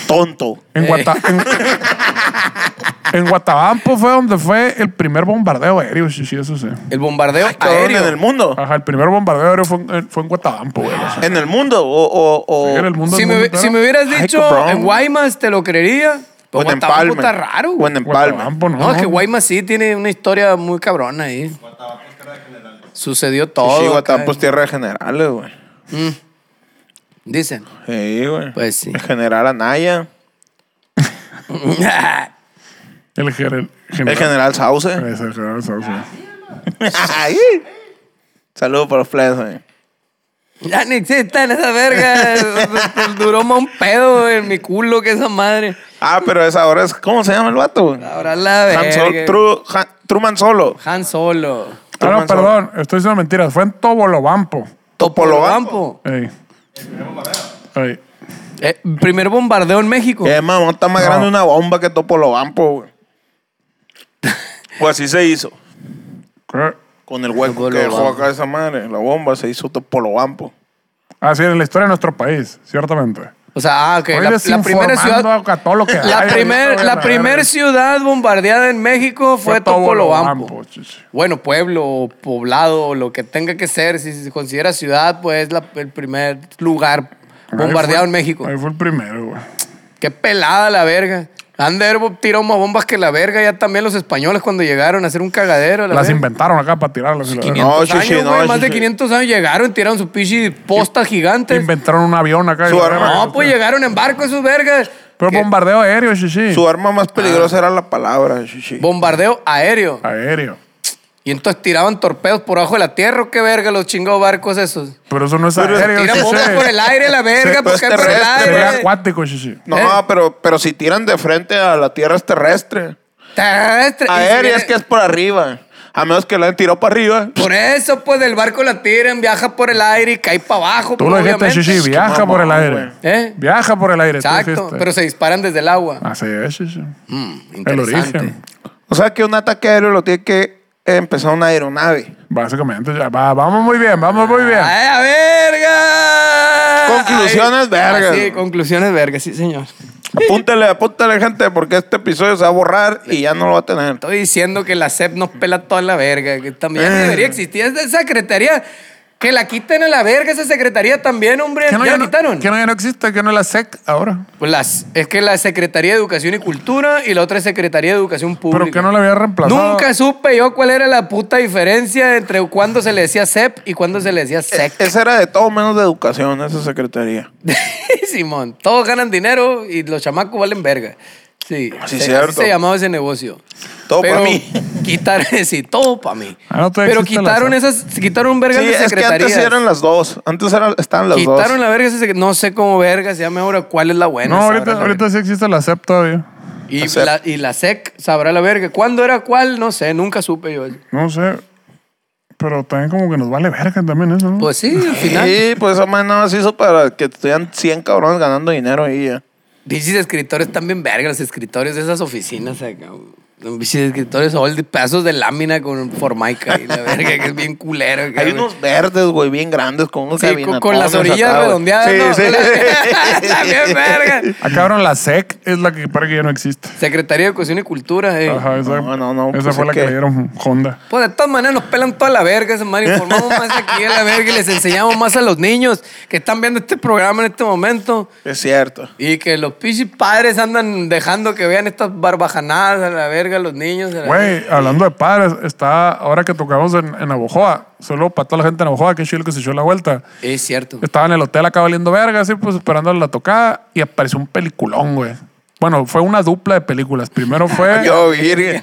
S3: Tonto.
S2: Eh.
S1: En, Guata- en- en Guatabampo fue donde fue el primer bombardeo aéreo, sí, sí, eso sí.
S2: El bombardeo
S3: Cabrón,
S2: aéreo.
S3: en el mundo.
S1: Ajá, el primer bombardeo aéreo fue en, eh, fue en Guatabampo, güey. o sea,
S3: En el mundo. O, o, o-
S1: era el mundo
S2: Si
S1: el
S2: me,
S1: mundo
S2: hubi- si
S1: entero.
S2: me hubieras
S3: Ay,
S2: dicho
S3: cabrón.
S2: en Guaymas, te lo creería.
S3: o
S2: Pero
S3: en
S2: Guatabampo
S3: Empalme.
S2: está raro.
S3: O
S2: güey.
S3: en Empalme.
S1: Guatabampo, no.
S2: No, es que Guaymas sí tiene una historia muy cabrona ahí. Sucedió todo. acá.
S3: Sí,
S2: eh.
S3: Guatampo es tierra de generales, güey.
S2: Dicen.
S3: Sí, güey.
S2: Pues sí.
S3: El general Anaya.
S1: El gener-
S3: El
S1: general.
S3: general Sauce.
S1: Es el general Sousa.
S3: Ay. Saludos para los flags, güey.
S2: Ya ni existen esas vergas. Pues Duró más un pedo en mi culo que esa madre.
S3: Ah, pero esa ahora es. ¿Cómo se llama el vato, güey?
S2: Ahora la verga.
S3: Han Solo- Tru- Han- Truman Solo.
S2: Han Solo.
S1: Ah, no,
S3: Truman Solo.
S1: perdón, estoy diciendo mentiras. Fue en Tobolobampo.
S3: Topolobampo.
S1: Ey. Ey.
S2: Eh, primer bombardeo en México.
S3: Eh, mamón, está más
S1: No.
S3: grande una bomba que Topolobampo, güey. Pues así se hizo.
S1: ¿Qué?
S3: Con el hueco que dejó
S2: Topolobampo.
S3: acá esa madre, la bomba, se hizo Topolobampo.
S1: Así es, Ah, la historia de nuestro país, ciertamente.
S2: O sea, ah, ok.
S1: Estoy
S2: La, la primera
S1: desinformando
S2: ciudad.
S1: a todo lo que
S2: La
S1: hay,
S2: primer,
S1: ahorita,
S2: la
S1: güey,
S2: primer
S1: verga.
S2: ciudad bombardeada en México fue, Topolobampo.
S1: sí, sí.
S2: Bueno, pueblo, o poblado, o lo que tenga que ser, si se considera ciudad, pues es la- el primer lugar
S1: Ahí
S2: bombardeado
S1: fue-
S2: en México.
S1: Ahí fue el primero, güey.
S2: Qué pelada la verga. Han de haber bo- tirado más bombas que la verga. Ya también los españoles cuando llegaron a hacer un cagadero. la
S1: Las
S2: verga.
S1: inventaron acá para tirarlas. y la verga.
S2: 500
S3: No, chichi,
S2: años,
S3: no,
S2: güey, más de
S3: chichi.
S2: 500 años llegaron, tiraron su pichi postas gigantes.
S1: Inventaron un avión acá. y
S3: Su
S1: la
S3: arma.
S1: verga.
S2: No, pues llegaron en barco esos vergas.
S1: Pero
S2: ¿Qué?
S1: bombardeo aéreo, sí, sí.
S3: Su arma
S2: Ah.
S3: más peligrosa era la palabra, chichi.
S2: Bombardeo aéreo.
S1: Aéreo.
S2: Y entonces tiraban torpedos por abajo de la tierra. ¿o ¿Qué verga los chingados barcos esos?
S1: Pero eso no es
S3: Pero
S1: aéreo,
S2: Tiran
S1: sí,
S2: bombas
S1: sí.
S2: por el aire, la verga,
S3: Sí,
S2: pues
S3: pues,
S2: caen por el
S3: terrestre,
S1: Sería
S2: aire.
S1: acuático, sí, sí.
S3: No,
S2: ¿Eh?
S3: pero, pero si tiran de frente a la tierra es terrestre.
S2: Terrestre. Eh, Y si
S3: Aérea
S2: viene-
S3: es que es por arriba. A menos que la han tirado para arriba.
S2: Por eso, pues, del barco la tiran, viaja por el aire y cae para abajo.
S1: Tú
S2: pues,
S1: lo dijiste,
S2: obviamente.
S1: sí, sí. este. Viaja
S3: mamón,
S1: por el aire.
S3: güey.
S2: ¿Eh?
S1: Viaja por el aire. tú
S2: Exacto,
S1: dijiste.
S2: pero se disparan desde el agua. Mm,
S1: Así es, sí, sí. Ah, El
S2: Interesante.
S1: origen.
S3: O sea que un ataque aéreo lo tiene que empezar una aeronave.
S1: Básicamente, ya. Va- vamos muy bien, vamos muy bien.
S2: ¡Ay, a verga!
S3: Conclusiones vergas.
S2: Ah, Sí, conclusiones vergas, sí, señor.
S3: Apúntale, apúntale, gente, porque este episodio se va a borrar y ya no lo va a tener.
S2: Estoy diciendo que la SEP nos pela toda la verga, que
S1: Eh.
S2: también debería existir esa secretaría. Que la quiten a la verga esa secretaría también, hombre.
S1: ¿Qué no, ya
S2: ¿Ya la
S1: no-
S2: quitaron?
S1: ¿Qué no ya no existe? ¿Qué no es la SEC ahora?
S2: Pues las, es que la Secretaría de Educación y Cultura y la otra es Secretaría de Educación Pública.
S1: ¿Pero qué no la había reemplazado?
S2: Nunca supe yo cuál era la puta diferencia entre cuándo se le decía CEP y cuándo se le decía
S3: E-
S2: SEC.
S3: Esa era de todo menos de educación, esa secretaría.
S2: Simón, todos ganan dinero y los chamacos valen verga. Sí,
S3: Así
S2: se-
S3: cierto.
S2: se llamaba ese negocio.
S3: Todo
S2: Pero
S3: pa' mí.
S2: Quitar, sí, todo para mí.
S1: Ah, no, todavía
S2: Pero
S1: existe la
S2: quitaron
S1: SEP.
S2: esas, quitaron vergas
S3: Sí,
S2: de
S3: es que
S2: secretarías.
S3: antes eran las dos. Antes eran, estaban las
S2: quitaron
S3: dos.
S2: la verga, esa sec- no sé cómo vergas, ya me ahora cuál es la buena.
S1: No,
S2: sabrá
S1: ahorita,
S2: la
S1: ahorita sí existe la SEP todavía.
S2: Y
S3: O sea-
S2: la, y la SEC sabrá la verga. ¿Cuándo era cuál? No sé, nunca supe yo.
S1: No sé. Pero también como que nos vale verga también eso, ¿no?
S2: Pues sí, al final.
S3: Sí, pues esa más nada más hizo para que estuvieran 100 cabrones ganando dinero ahí ya.
S2: Bichis escritores también verga, los escritores de esas oficinas acá. Bichis escritores old, pedazos de lámina con formaica y la verga, que es bien culero. acá,
S3: Hay
S2: güey.
S3: unos verdes, güey, bien grandes, con unos
S2: Sí, con-
S3: gabinetones
S2: con las orillas
S3: acá, güey.
S2: redondeadas. ¿no?
S3: Sí, sí.
S2: Está bien, verga.
S1: Ah, cabrón, la SEC es la que para que ya no existe.
S2: Secretaría de Educación y Cultura, eh.
S1: Ajá, esa,
S3: No, no, no,
S1: esa
S3: pues
S1: fue
S3: es
S1: la que,
S3: que-
S1: le dieron Honda.
S2: Pues de todas maneras nos pelan toda la verga esa madre. Informamos más aquí a la verga y les enseñamos más a los niños que están viendo este programa en este momento.
S3: Es cierto.
S2: Y que los pichis padres andan dejando que vean estas barbajanadas a la verga verga a los niños. a la-
S1: Güey, hablando de padres, está ahora que tocamos en, en Navojoa, solo para toda la gente de Navojoa, que chile que se echó la vuelta.
S2: Es cierto.
S1: Estaba en el hotel acá valiendo verga, así pues esperando la tocada y apareció un peliculón, güey. Bueno, fue una dupla de películas. Primero fue,
S3: Yo, virga.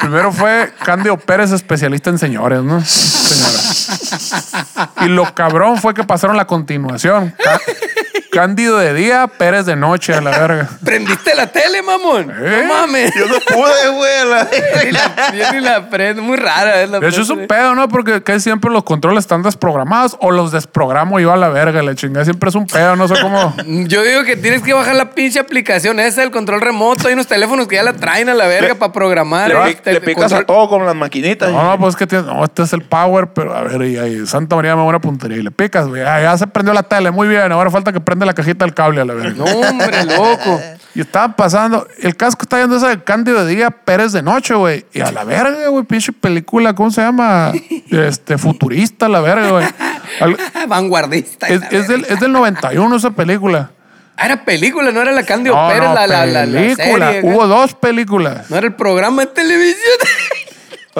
S1: primero fue Cándido Pérez, especialista en señores, ¿no? Señora. Y lo cabrón fue que pasaron la continuación. Cá- Cándido de día, Pérez de noche, a la verga.
S2: ¿Prendiste la tele, mamón?
S1: ¿Eh?
S2: No mames.
S3: Yo no pude, güey. la-
S2: Ni la, yo ni la prendo. Muy rara es la
S1: De hecho, es
S2: prendo,
S1: un
S2: güey.
S1: pedo, ¿no? Porque casi siempre los controles están desprogramados o los desprogramo yo a la verga, la chingada. Siempre es un pedo, no sé cómo.
S2: Yo digo que tienes que bajar la pinche aplicación esa, el control remoto. Hay unos teléfonos que ya la traen a la verga para programar. Este,
S3: Le,
S2: el
S3: pic-
S2: te-
S3: le picas a
S2: control-
S3: todo con las maquinitas.
S1: No, no, pues es que tienes. No, este es el power, pero a ver, y ahí, Santa María me da una puntería y le picas, güey. Ah, ya se prendió la tele, muy bien. Ahora falta que prenda la cajita del cable a la verga.
S2: No, hombre, loco.
S1: Y estaba pasando, el casco está yendo esa de Cándido de día, Pérez de noche, güey. Y a la verga, güey, pinche película, ¿cómo se llama? Este, futurista, a la verga, güey. Al-
S2: Vanguardista.
S1: Es,
S2: la
S1: es del, es del 91 esa película.
S2: Ah, era película, no era la Candio
S1: No,
S2: Pérez,
S1: no,
S2: la, la, la, la
S1: película.
S2: serie,
S1: Hubo dos películas.
S2: No era el programa de televisión.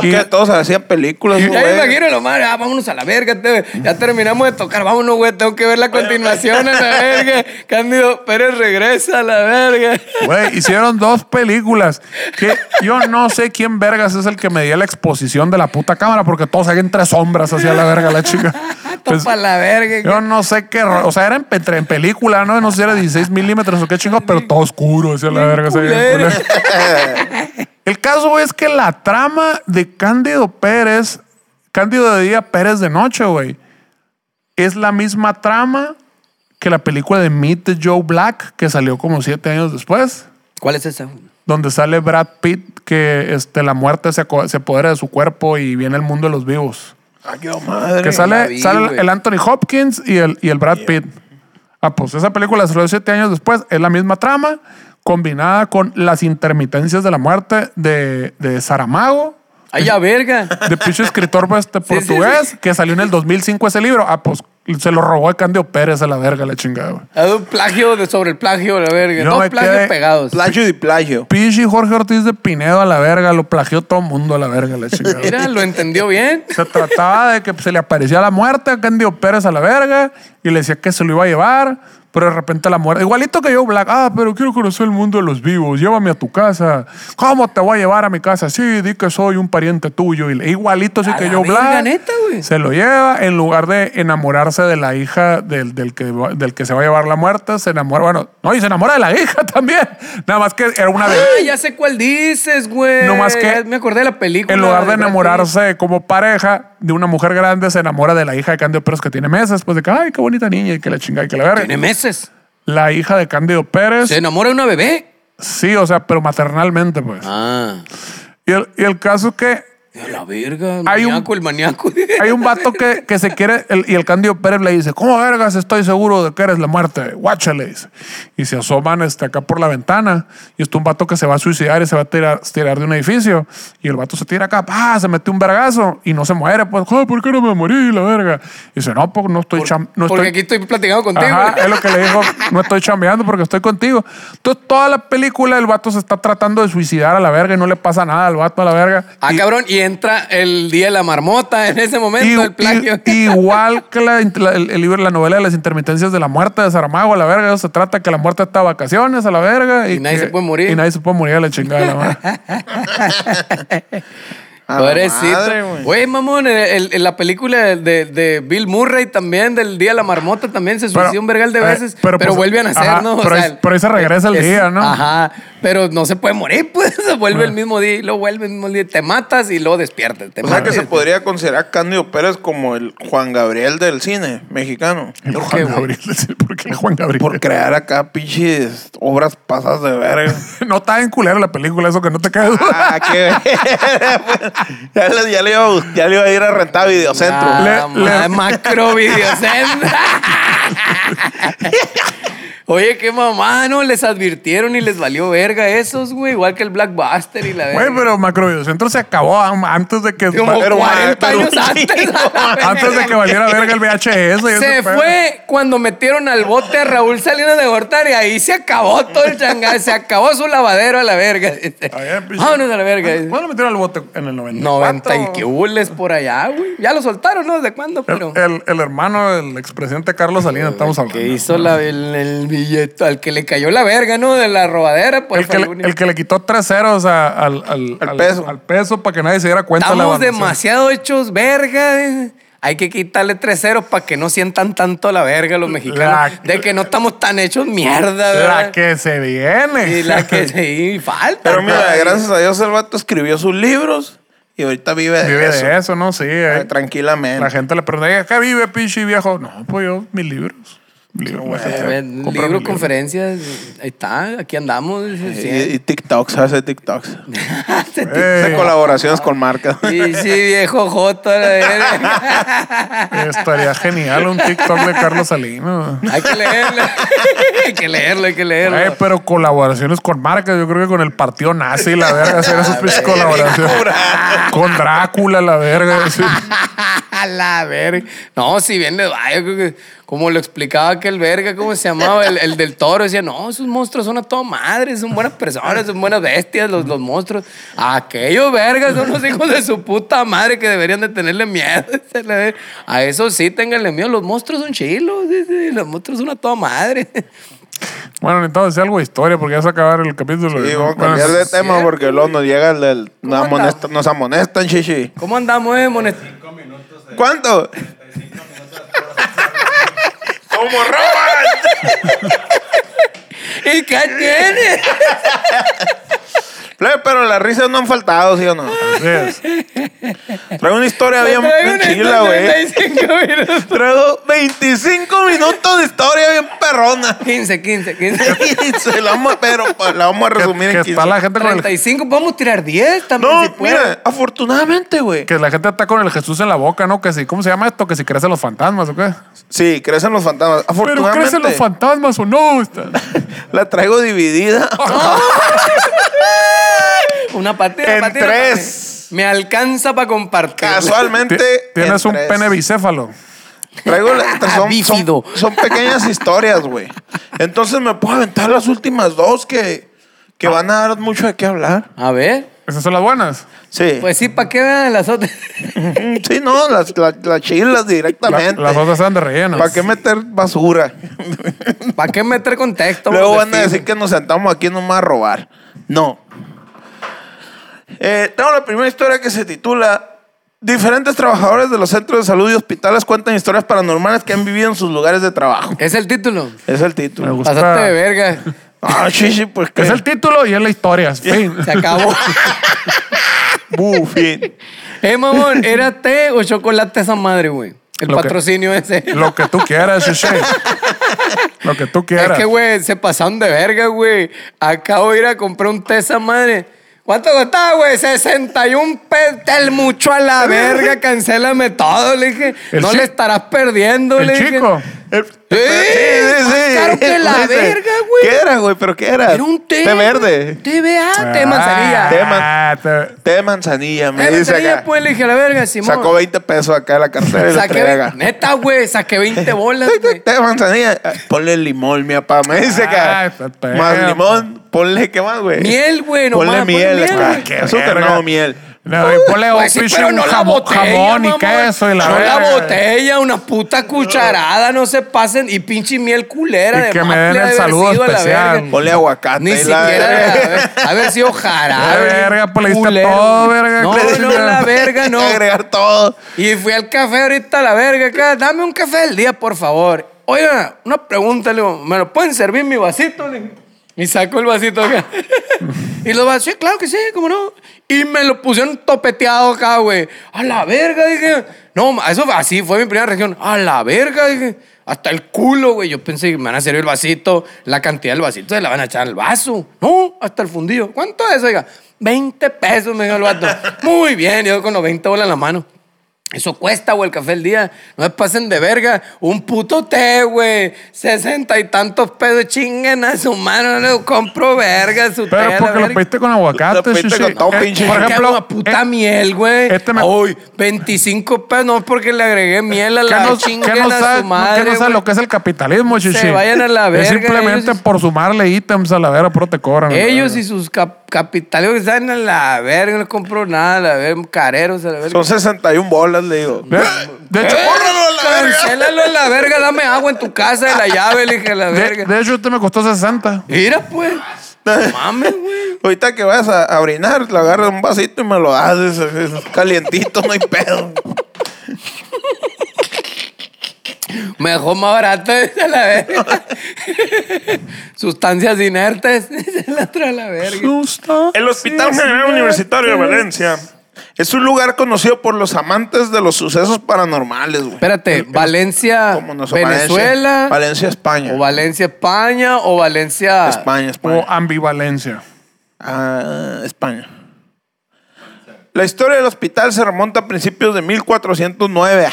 S3: Es que todos hacían películas,
S2: ya me
S3: güey.
S2: imagino lo más. Ah, vámonos a la verga. te- ya terminamos de tocar. Vámonos, güey. Tengo que ver la continuación a la verga. Cándido Pérez regresa a la verga.
S1: Güey, hicieron dos películas. Que yo no sé quién vergas es el que me dio la exposición de la puta cámara, porque todos salían tres sombras hacia la verga la chica. Pues,
S2: Topa la verga.
S1: yo no sé qué. ro- O sea, era en, pe- en película, ¿no? No sé si era 16 milímetros o qué chingo, pero todo oscuro hacia la verga. se veía bien
S2: culero.
S1: culero. El caso güey, es que la trama de Cándido Pérez, Cándido de día, Pérez de noche, güey, es la misma trama que la película de Meet the Joe Black, que salió como siete años después,
S2: ¿Cuál es esa?
S1: donde sale Brad Pitt, que este, la muerte se, aco- se apodera de su cuerpo y viene el mundo de los vivos.
S3: Ay, Ah, qué madre.
S1: Que
S2: la
S1: sale,
S2: vi,
S1: sale
S2: güey.
S1: el Anthony Hopkins y el, y el Brad Pitt. Ah, pues esa película salió siete años después. Es la misma trama combinada con las intermitencias de la muerte de, de Saramago,
S2: Ay, ya verga.
S1: de pinche escritor pues, este,
S2: Sí, sí,
S1: portugués, que salió en el 2005 ese libro. Ah, pues se lo robó a Candio Pérez a la verga, la chingada, güey.
S2: Hay un plagio de sobre el plagio, la verga.
S1: Yo
S2: Dos
S1: me
S2: plagios
S1: quedé-
S2: pegados.
S3: Plagio y plagio.
S1: Pinche Jorge Ortiz de Pinedo a la verga, lo plagió todo el mundo a la verga, la chingada.
S2: Mira, lo entendió bien.
S1: Se trataba de que se le aparecía la muerte a Cándido Pérez a la verga y le decía que se lo iba a llevar, pero de repente la muerte. Igualito que yo, Black. Ah, pero quiero conocer el mundo de los vivos. Llévame a tu casa. ¿Cómo te voy a llevar a mi casa? Sí, di que soy un pariente tuyo. Y le- igualito sí
S2: A
S1: que
S2: la
S1: yo,
S2: verga,
S1: Black.
S2: neta, güey.
S1: se lo lleva en lugar de enamorarse de la hija del, del que, va- del que se va a llevar la muerte. Se enamora, bueno, no, y se enamora de la hija también. Nada más que era una bebé.
S2: Ah, ya sé cuál dices, güey.
S1: No más que-
S2: Ya Me acordé de la película.
S1: En lugar de
S2: Brad Pitt.
S1: enamorarse como pareja de una mujer grande, se enamora de la hija de Cándido Pérez que tiene meses. Pues de que, ay, qué bonita niña y que la chinga y que la verga.
S2: Tiene meses.
S1: La hija de Cándido Pérez.
S2: Se
S1: Sí,
S2: enamora de una bebé.
S1: o sea, pero maternalmente, pues.
S2: Ah.
S1: Y, el, y el caso es que
S2: A la verga. El
S1: Hay un-
S2: maníaco, el maníaco.
S1: hay un vato que, que se quiere el- y el Cándido Pérez le dice, ¿cómo vergas estoy seguro de que eres la muerte? Guacha, le dice. Y se asoman este, acá por la ventana y está un vato que se va a suicidar y se va a tirar, tirar de un edificio. Y el vato se tira acá, ¡pah! se mete un vergazo y no se muere. Pues, "Ah, ¿por qué no me morí, la verga? Y dice, no, pues no estoy... cham- no estoy
S2: Porque aquí estoy platicando contigo.
S1: Ajá, es lo que le dijo, no estoy chambeando porque estoy contigo. Entonces, toda la película el vato se está tratando de suicidar a la verga y no le pasa nada al vato a la verga.
S2: Ah, cabrón. Y entra el día de la marmota en ese momento,
S1: Y-
S2: el plagio.
S1: y- igual que la, la- el, el libro, la novela de las intermitencias de la muerte de Saramago, a la verga, eso se trata que la muerte está a vacaciones, a la verga. Y,
S2: Y nadie
S1: que-
S2: se puede morir. Pues
S1: Y nadie se puede morir a la chingada. la madre.
S3: A la Ah, madre,
S2: Pobrecito.
S3: güey.
S2: Güey, mamón, el- el- el- la película de, de Bill Murray también, del Día de la Marmota, también se suicidó un vergal de
S1: eh,
S2: veces,
S1: pero,
S2: pero,
S1: pues,
S2: vuelve a nacer,
S1: ajá,
S2: ¿no?
S1: pero ahí- pero ahí se regresa el día, ¿no? Ah.
S2: Ajá, pero no se puede morir, pues, se vuelve el mismo día y luego vuelve el mismo día. Te matas y luego despiertas. te
S3: O sea que
S2: matas.
S3: se podría considerar Cándido Pérez como el Juan Gabriel del cine mexicano.
S1: El
S2: ¿Por qué,
S1: Juan
S2: güey?
S1: Gabriel, decir, ¿por qué el Juan Gabriel?
S3: Por crear acá pinches obras pasadas de verga.
S1: No está en culera la película, eso que no te cae duda.
S3: Ah, qué verga, pues. ya, le, ya le iba, a bus- ya le iba a ir a rentar a Videocentro.
S2: Ah,
S1: Le-
S2: ma-
S1: le-
S2: macro videocentro. Oye, qué mamá, ¿no? Les advirtieron y les valió verga esos, güey. Igual que el Blackbuster y la verga.
S1: Güey, pero Macro Videocentro se acabó am- antes de que.
S2: Como
S1: pero-
S2: 40
S3: pero-
S2: años antes. a la verga.
S1: antes de que valiera verga el VHS. y ese
S2: Se
S1: pedo.
S2: fue cuando metieron al bote a Raúl Salinas de Gortari. Ahí se acabó todo el changal. Se acabó su lavadero a la verga.
S1: Está bien, eh, pinche.
S2: Vámonos a la verga. dice.
S1: ¿Cuándo lo metieron al bote? En el 94.
S2: 90 y que hules por allá, güey. Ya lo soltaron, ¿no? ¿Desde
S1: Eh,
S2: cuándo? Pero.
S1: El, el, el hermano del expresidente Carlos Salinas, estamos hablando.
S2: Que hizo la- el, el billete, al que le cayó la verga, ¿no? De la robadera. Pues,
S1: El que, le, el que le quitó tres ceros a- al, al,
S3: Al peso.
S1: al peso para que nadie se diera cuenta. de la
S2: Estamos
S1: evaluación.
S2: demasiado hechos verga. dice. Hay que quitarle tres ceros para que no sientan tanto la verga los mexicanos.
S1: La-
S2: de que no estamos tan hechos mierda, ¿verdad?
S1: La que se viene.
S2: Y la que sí, falta.
S3: Pero mira,
S2: cabrón.
S3: gracias a Dios el vato escribió sus libros y ahorita vive de
S1: Vive
S3: eso.
S1: de eso, ¿no? Sí. eh.
S3: Eh, Tranquilamente.
S1: La gente le pregunta, ¿qué vive, pinche viejo? No, pues yo, mis libros. Libro, la gente
S2: Eh, ven,
S1: compra mis
S2: libro,
S1: libros.
S2: conferencias, ahí está, aquí andamos.
S3: Y,
S2: dice,
S3: y TikToks, hace TikToks.
S2: sí.
S3: Hace
S1: ¿eh? Ey,
S3: colaboraciones con marcas.
S2: Y sí, viejo Joto, la verga.
S1: estaría genial un TikTok de Carlos Salinas.
S2: Hay que leerlo. hay que leerlo, hay que leerlo.
S1: Güey, pero colaboraciones con marcas, yo creo que con el partido nazi, la verga, hacer esas pinches colaboraciones. con Drácula, la verga. sí.
S2: A la verga. No, si bien les va, yo creo que, como lo explicaba aquel verga, ¿cómo se llamaba? El, el del toro. Decía, no, esos monstruos son a toda madre, son buenas personas, son buenas bestias, los, los monstruos. Aquellos vergas son los hijos de su puta madre que deberían de tenerle miedo. dice la verga. A eso sí, ténganle miedo. Los monstruos son chilos, dice, los monstruos son a toda madre.
S1: Bueno, necesitamos decir algo de historia porque ya se va a acabar el capítulo.
S3: Y vamos a
S1: Bueno,
S3: cambiar de
S2: sí,
S3: tema
S2: cierto.
S3: porque luego nos llega el del.
S2: ¿Cómo
S3: Nos
S2: andamos?
S3: amonestan, nos amonestan, chichi.
S2: ¿Cómo andamos, eh, monet-
S3: ¿Cuánto? ¡Como roban!
S2: ¿Y qué tiene?
S3: Plebe, Pero las risas no han faltado, ¿sí o no?
S1: así es.
S3: Trae una historia bien
S2: Traigo una
S3: chila, güey.
S2: 35 minutos.
S3: Traigo 25 minutos de historia bien perrona.
S2: 15, 15, 15.
S3: Y se la vamos, pero pues, la vamos a
S1: Que,
S3: resumir
S1: que
S3: en 15.
S1: está la gente con el
S2: 35, vamos a tirar 10 también.
S3: No,
S2: si puede.
S3: mira, afortunadamente, güey.
S1: que la gente está con el Jesús en la boca, ¿no? Que si, ¿cómo se llama esto? Que si crecen los fantasmas, ¿o qué?
S3: Sí, crecen los fantasmas.
S1: Pero
S3: Afortunadamente,
S1: crecen los fantasmas o no.
S3: la traigo dividida.
S2: Una patita.
S3: En
S2: patita,
S3: tres.
S2: patita. Me alcanza para compartir.
S3: Casualmente.
S1: Ti- Tienes
S3: en
S1: un
S3: tres.
S1: pene bicéfalo.
S3: Traigo la- son,
S2: Bífido.
S3: son, son pequeñas historias, güey. Entonces me puedo aventar las últimas dos que, que van a dar mucho de qué hablar.
S2: A ver.
S1: Esas son las buenas.
S3: Sí.
S2: Pues sí, ¿para qué vean las otras?
S3: Sí, no, las, la- las, chilas
S1: La-
S3: directamente.
S1: las otras eran de relleno.
S3: ¿Para qué meter basura?
S2: ¿Para qué meter contexto?
S3: Luego
S2: Vamos
S3: van a decir que nos sentamos aquí nomás a robar. No. Eh, tengo la primera historia que se titula Diferentes trabajadores de los centros de salud y hospitales cuentan historias paranormales que han vivido en sus lugares de trabajo.
S2: Es el título.
S3: Es el
S1: Me
S3: título.
S1: gusta.
S2: Pasaste de verga.
S3: Ah, sí, sí, pues que...
S1: Es el título y es la historia. Fin.
S2: Se acabó.
S3: Bufín.
S2: eh, mamón, ¿era té o chocolate esa madre, güey? El
S1: Lo que-
S2: patrocinio ese.
S1: Lo que tú quieras, Shishi. Lo que tú
S2: Es
S1: quieras.
S2: que, güey, se pasaron de verga, güey. Acabo de ir a comprar un té esa madre. ¿Cuánto costaba, güey? 61 pesos. El mucho a la verga. Cancélame todo, le dije.
S1: El
S2: no
S1: chi-
S2: le estarás perdiendo, le
S1: el
S2: dije.
S1: chico.
S3: El-
S2: Sí, claro ¡Eh! que la
S3: Dice,
S2: verga, güey.
S3: ¿Qué era, güey? ¿Pero qué era?
S2: Era un té.
S3: Té verde.
S2: Té, vea, té de manzanilla.
S1: Ah,
S2: Té
S3: Té man-
S1: te-
S3: Té de manzanilla, me
S2: de
S3: dice
S2: manzanilla,
S3: acá.
S2: pues, le dije a la verga, Simón.
S3: Sacó 20 pesos acá de la cartera y lo
S2: Saqué
S3: trae acá.
S2: ve- Neta, güey, saqué 20 bolas, güey.
S3: Té de manzanilla. Ah, Ponle limón, mi papá. Me dice
S1: Ay,
S3: acá.
S1: papá.
S3: Más limón. Ponle, ¿qué más, güey?
S2: pues, Miel, güey, nomás,
S3: Ponle
S2: ponle
S3: miel.
S2: miel,
S3: acá.
S2: güey.
S1: Qué
S3: Azúcar,
S1: verga.
S3: no, miel.
S1: No, y ponle un
S2: Pues sí,
S1: pinche
S2: pero no
S1: un
S2: la
S1: jamo-
S2: botella,
S1: jamón y
S2: mamón.
S1: queso y la
S2: No la
S1: verga.
S2: botella, una puta cucharada, no se pasen. Y pinche miel culera
S1: Y
S2: de
S1: que me
S2: maple
S1: den el
S2: ha de haber
S1: saludo
S2: sido a la
S1: especial.
S2: verga.
S3: Ponle aguacate.
S2: Ni
S3: y la-
S2: siquiera de haber, haber sido jarabe.
S1: La verga, pues, le diste
S2: culero.
S1: todo, verga,
S2: No,
S1: que le
S2: no,
S1: diste.
S2: la verga, no.
S3: Agregar todo.
S2: Y fui al café ahorita, a la verga, acá. Dame un café del día, por favor. Oiga, una pregunta, le digo, ¿me lo pueden servir mi vasito? Le dije. y saco el vasito acá. y lo vasos, sí, claro que sí, cómo no. Y me lo pusieron topeteado acá, güey. A la verga, dije. No, ma, eso fue- así fue mi primera reacción. A la verga, dije. Hasta el culo, güey. Yo pensé que me van a servir el vasito, la cantidad del vasito se la van a echar al vaso. No, hasta el fundido. ¿Cuánto es, oiga? 20 pesos, me dijo el vato. Muy bien, yo con los 20 bolas en la mano. Eso cuesta, güey, el café el día. No me pasen de verga. Un puto té, güey. Sesenta y tantos pesos. Chinguen a su mano. No le compro verga su té. a
S1: Pero
S2: la
S1: porque lo
S2: verga.
S1: pediste con aguacate,
S3: Lo pediste
S1: Shishi.
S3: con todo
S1: Eh, Por
S3: pinche- ¿Qué
S2: Por ejemplo,
S1: ejemplo,
S2: una puta
S1: eh,
S2: miel, güey.
S1: este me-
S2: Uy, 25 pesos. No porque le agregué miel a
S1: ¿qué
S2: la
S1: no,
S2: chinguen
S1: qué no
S2: a
S1: sabes,
S2: su madre.
S1: qué no sabes
S2: güey.
S1: lo que es el capitalismo, Shishi?
S2: vayan a la
S1: Es
S2: verga,
S1: simplemente
S2: ellos-
S1: por sumarle ítems a la verga, pero te cobran.
S2: Ellos y sus cap capitales que salen a la verga, no les compro nada, a la verga, careros, a la verga. ¡Eh!
S3: Son 61 bolas, le digo.
S1: De, de hecho,
S3: ¡Bórralo a la verga!
S2: Cancélalo a la verga, dame agua en tu casa de la llave, le dije a la
S1: de,
S2: verga.
S1: de hecho, este me costó 60.
S2: Mira, pues. Mames, güey.
S3: Ahorita que vas a, a orinar, le agarras un vasito y me lo haces. es- es Calientito, no hay pedo.
S2: Me dejó más barato dice, a la verga. Sustancias inertes, dice la otra a la verga.
S1: Justo.
S3: El Hospital General Universitario de Valencia es un lugar conocido por los amantes de los sucesos paranormales, güey.
S2: Espérate, Valencia,
S3: Como nos-
S2: Venezuela,
S3: Valencia, Valencia, España.
S2: o ah, Valencia, España, o Valencia.
S3: España, España.
S1: O ambivalencia.
S3: Ah, España. La historia del hospital se remonta a principios de 1409. Ah,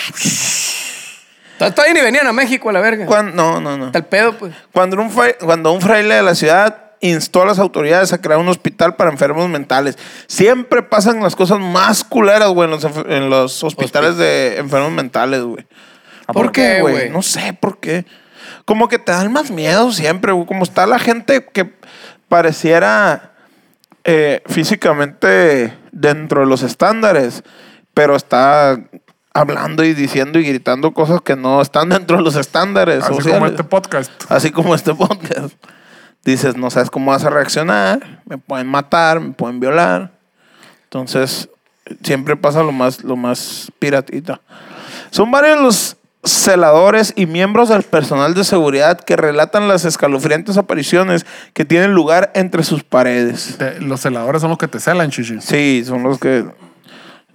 S2: Todavía ni venían a México a la verga.
S3: cuan- no, no, no.
S2: Hasta el pedo, pues.
S3: Cuando un, fra- cuando un fraile de la ciudad instó a las autoridades a crear un hospital para enfermos mentales. Siempre pasan las cosas más culeras, güey, en los, enf- en los hospitales de enfermos mentales, güey.
S2: ¿Por qué, güey?
S3: No sé por qué. Como que te dan más miedo siempre, güey. Como está la gente que pareciera eh, físicamente dentro de los estándares, pero está hablando y diciendo y gritando cosas que no están dentro de los estándares.
S1: Así como
S3: sociales.
S1: este podcast.
S3: Así como este podcast. Dices, no sabes cómo vas a reaccionar, me pueden matar, me pueden violar. Entonces, siempre pasa lo más, lo más piratita. Son varios los celadores y miembros del personal de seguridad que relatan las escalofriantes apariciones que tienen lugar entre sus paredes.
S1: Te- los celadores son los que te celan, Shishi.
S3: Sí, son los que...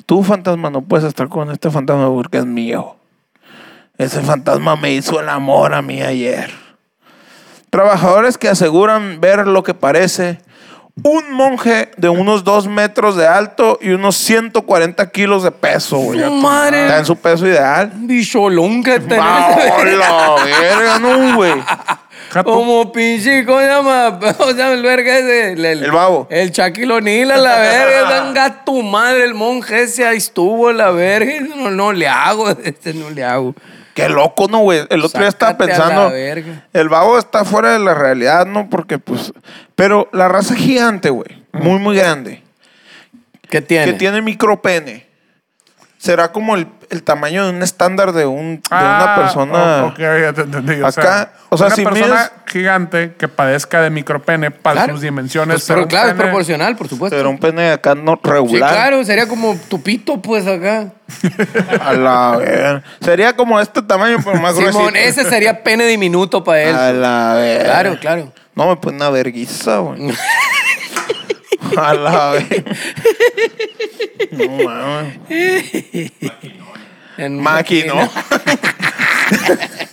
S3: Tú, fantasma, no puedes estar con este fantasma porque es mío. Ese fantasma me hizo el amor a mí ayer. Trabajadores que aseguran ver lo que parece un monje de unos 2 metros de alto y unos 140 kilos de peso, güey.
S2: Su madre.
S3: Está en su peso ideal.
S2: Bicholón que tenés.
S3: ¡Ah, la verga, no, güey! Ah,
S1: Ja,
S3: Oh,
S1: tú-
S2: Como pinche, ¿cómo se llama? ¿Cómo se llama el verga ese? El,
S3: El babo.
S2: El chaquilonil a la verga. Venga tu madre, el monje ese ahí estuvo a la verga. No, no le hago, este no le hago.
S3: Qué loco, ¿no, güey? El otro día estaba
S2: Sácate a
S3: pensando.
S2: la verga.
S3: El babo está fuera de la realidad, ¿no? Porque, pues. Pero la raza es gigante, güey. Muy, muy grande.
S2: ¿Qué tiene?
S3: Que tiene micropene. Será como el, el tamaño de un estándar de, un, de una
S1: Ah,
S3: persona.
S1: o- ok, ya te entendí. O sea,
S3: Acá, o sea,
S1: una
S3: si
S1: persona
S3: mides-
S1: gigante que padezca de micropene para
S2: Claro.
S1: sus dimensiones.
S2: Pues, pero
S1: ser un
S2: claro, es
S1: pene-
S2: proporcional, por supuesto.
S3: Será un pene acá no
S2: Sí,
S3: regular.
S2: claro, sería como tupito, pues acá.
S3: A la verga. Sería como este tamaño, pero más grueso.
S2: Simón, ese sería pene diminuto para él.
S3: A la verga.
S2: Claro, claro.
S3: No, me pone una verguiza, güey. A la verga. No mames.
S2: En un
S3: Máquina.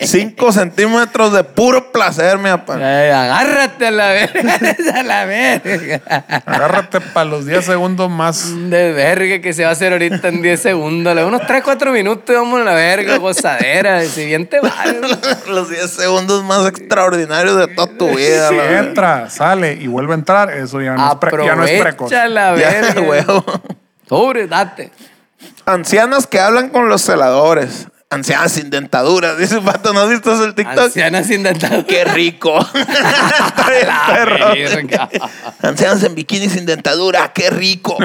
S3: 5 centímetros de puro placer, mi papá.
S2: Ay, Eh, agárrate a la verga, a la verga.
S1: Agárrate para los 10 segundos más.
S2: De verga que se va a hacer ahorita en 10 segundos. le- Unos 3, 4 minutos y vamos a la verga, gozadera. Si bien te vale.
S3: Los 10 segundos más extraordinarios de toda tu vida,
S1: Si
S3: la verga.
S1: entra, sale y vuelve a entrar, eso ya no, es, pre- ya no es precoz.
S2: Aprovecha la
S3: Ya,
S2: verga.
S3: huevo.
S2: Sobre, date.
S3: Ancianas que hablan con los celadores. Ancianas sin dentaduras. Dice Pato, ¿no has visto el TikTok?
S2: Anciana sin dentadura.
S3: ¡Qué rico! Está bien, perro.
S2: verga.
S3: Ancianas en bikini sin dentadura, qué rico.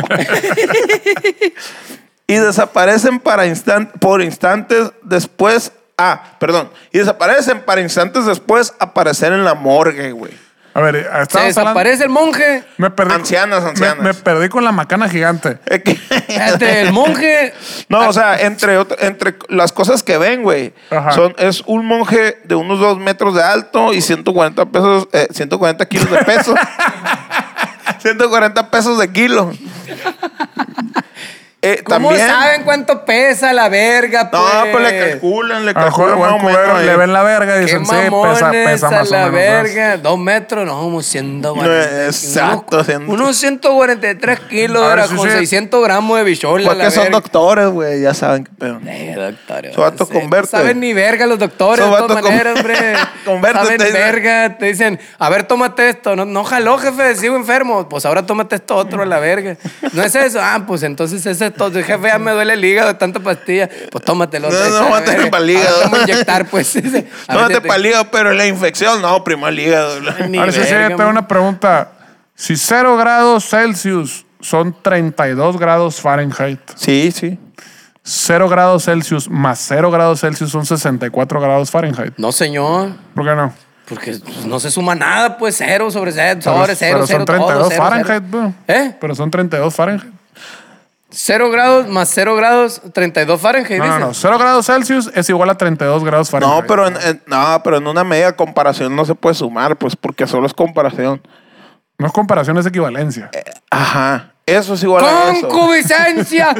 S3: y desaparecen para instan- por instantes después. Ah, perdón. Y desaparecen para instantes después aparecer en la morgue, güey.
S1: A ver,
S2: Se
S1: estábamos hablando-
S2: desaparece el monje.
S1: Me perdí,
S3: Ancianas,
S1: me-
S3: ancianas.
S1: Me, perdí con la macana gigante.
S3: Es que-
S2: Fíjate, Este, el monje.
S3: no, o sea, entre, ot- entre las cosas que ven, güey,
S1: Ajá.
S3: son, es un monje de unos dos metros de alto y 140 pesos, eh, 140 kilos de peso. 140 pesos de kilo. eh,
S2: ¿Cómo
S3: también.
S2: saben cuánto pesa la verga, pues?
S3: No, pues le calculan, le
S1: A lo mejor el
S3: calculan más
S1: buen
S3: o menos.
S1: culero
S3: ahí.
S1: le ven la verga y
S2: Qué
S1: dicen, sí, pesa,
S2: mamones
S1: pesa más o
S2: a la
S1: menos. ¿verdad?
S2: verga. Dos metros, no, como 140.
S3: No, exacto,
S2: Unos-
S3: ciento-
S2: Unos 143 kilos,
S1: A ver,
S2: era
S1: sí,
S2: con
S1: sí.
S2: 600 gramos de bichola.
S3: Porque son doctores, güey, ya saben qué pedo.
S2: doctores.
S3: Esos vatos converten.
S2: No saben ni verga los doctores,
S3: Esos
S2: de todas
S3: vatos con-
S2: maneras, hombre.
S3: Converten,
S2: Saben
S3: te dicen.
S2: verga, te dicen, a ver, tómate esto. No, no jaló, jefe, sigo enfermo. Pues ahora tómate esto otro a la verga. No es eso. Ah, pues entonces es esto. Jefe, ya me duele el hígado, de tanta pastilla. Pues tómatelo.
S3: No,
S2: de
S3: no,
S2: esa
S3: tómatelo
S2: verga.
S3: pa'l hígado.
S2: Ahora te voy a inyectar, pues. A ver, ya
S3: No te palío, pero la infección, no, primo el hígado.
S2: Ni
S1: Ahora sí, sí,
S2: verga,
S1: yo tengo
S2: man.
S1: una pregunta. Si 0 grados Celsius son 32 grados Fahrenheit,
S3: Sí, sí.
S1: 0 grados Celsius más 0 grados Celsius son 64 grados Fahrenheit.
S2: No, señor.
S1: ¿Por qué no?
S2: Porque pues, no se suma nada, pues cero sobre cero, sobre cero,
S1: pero
S2: cero,
S1: son
S2: todo,
S1: 32
S2: cero,
S1: Fahrenheit, pues.
S2: cero.
S1: bro.
S2: ¿Eh?
S1: Pero son 32 Fahrenheit.
S2: Cero grados más cero grados, 32 Fahrenheit,
S1: No,
S2: dice.
S1: no, no. 0 grados Celsius es igual a 32 grados Fahrenheit.
S3: No, pero en, en- no, pero en una media comparación no se puede sumar, pues, porque solo es comparación.
S1: No es comparación, es equivalencia.
S3: Ajá. Eso es igual a eso.
S2: ¡Concupiscencia!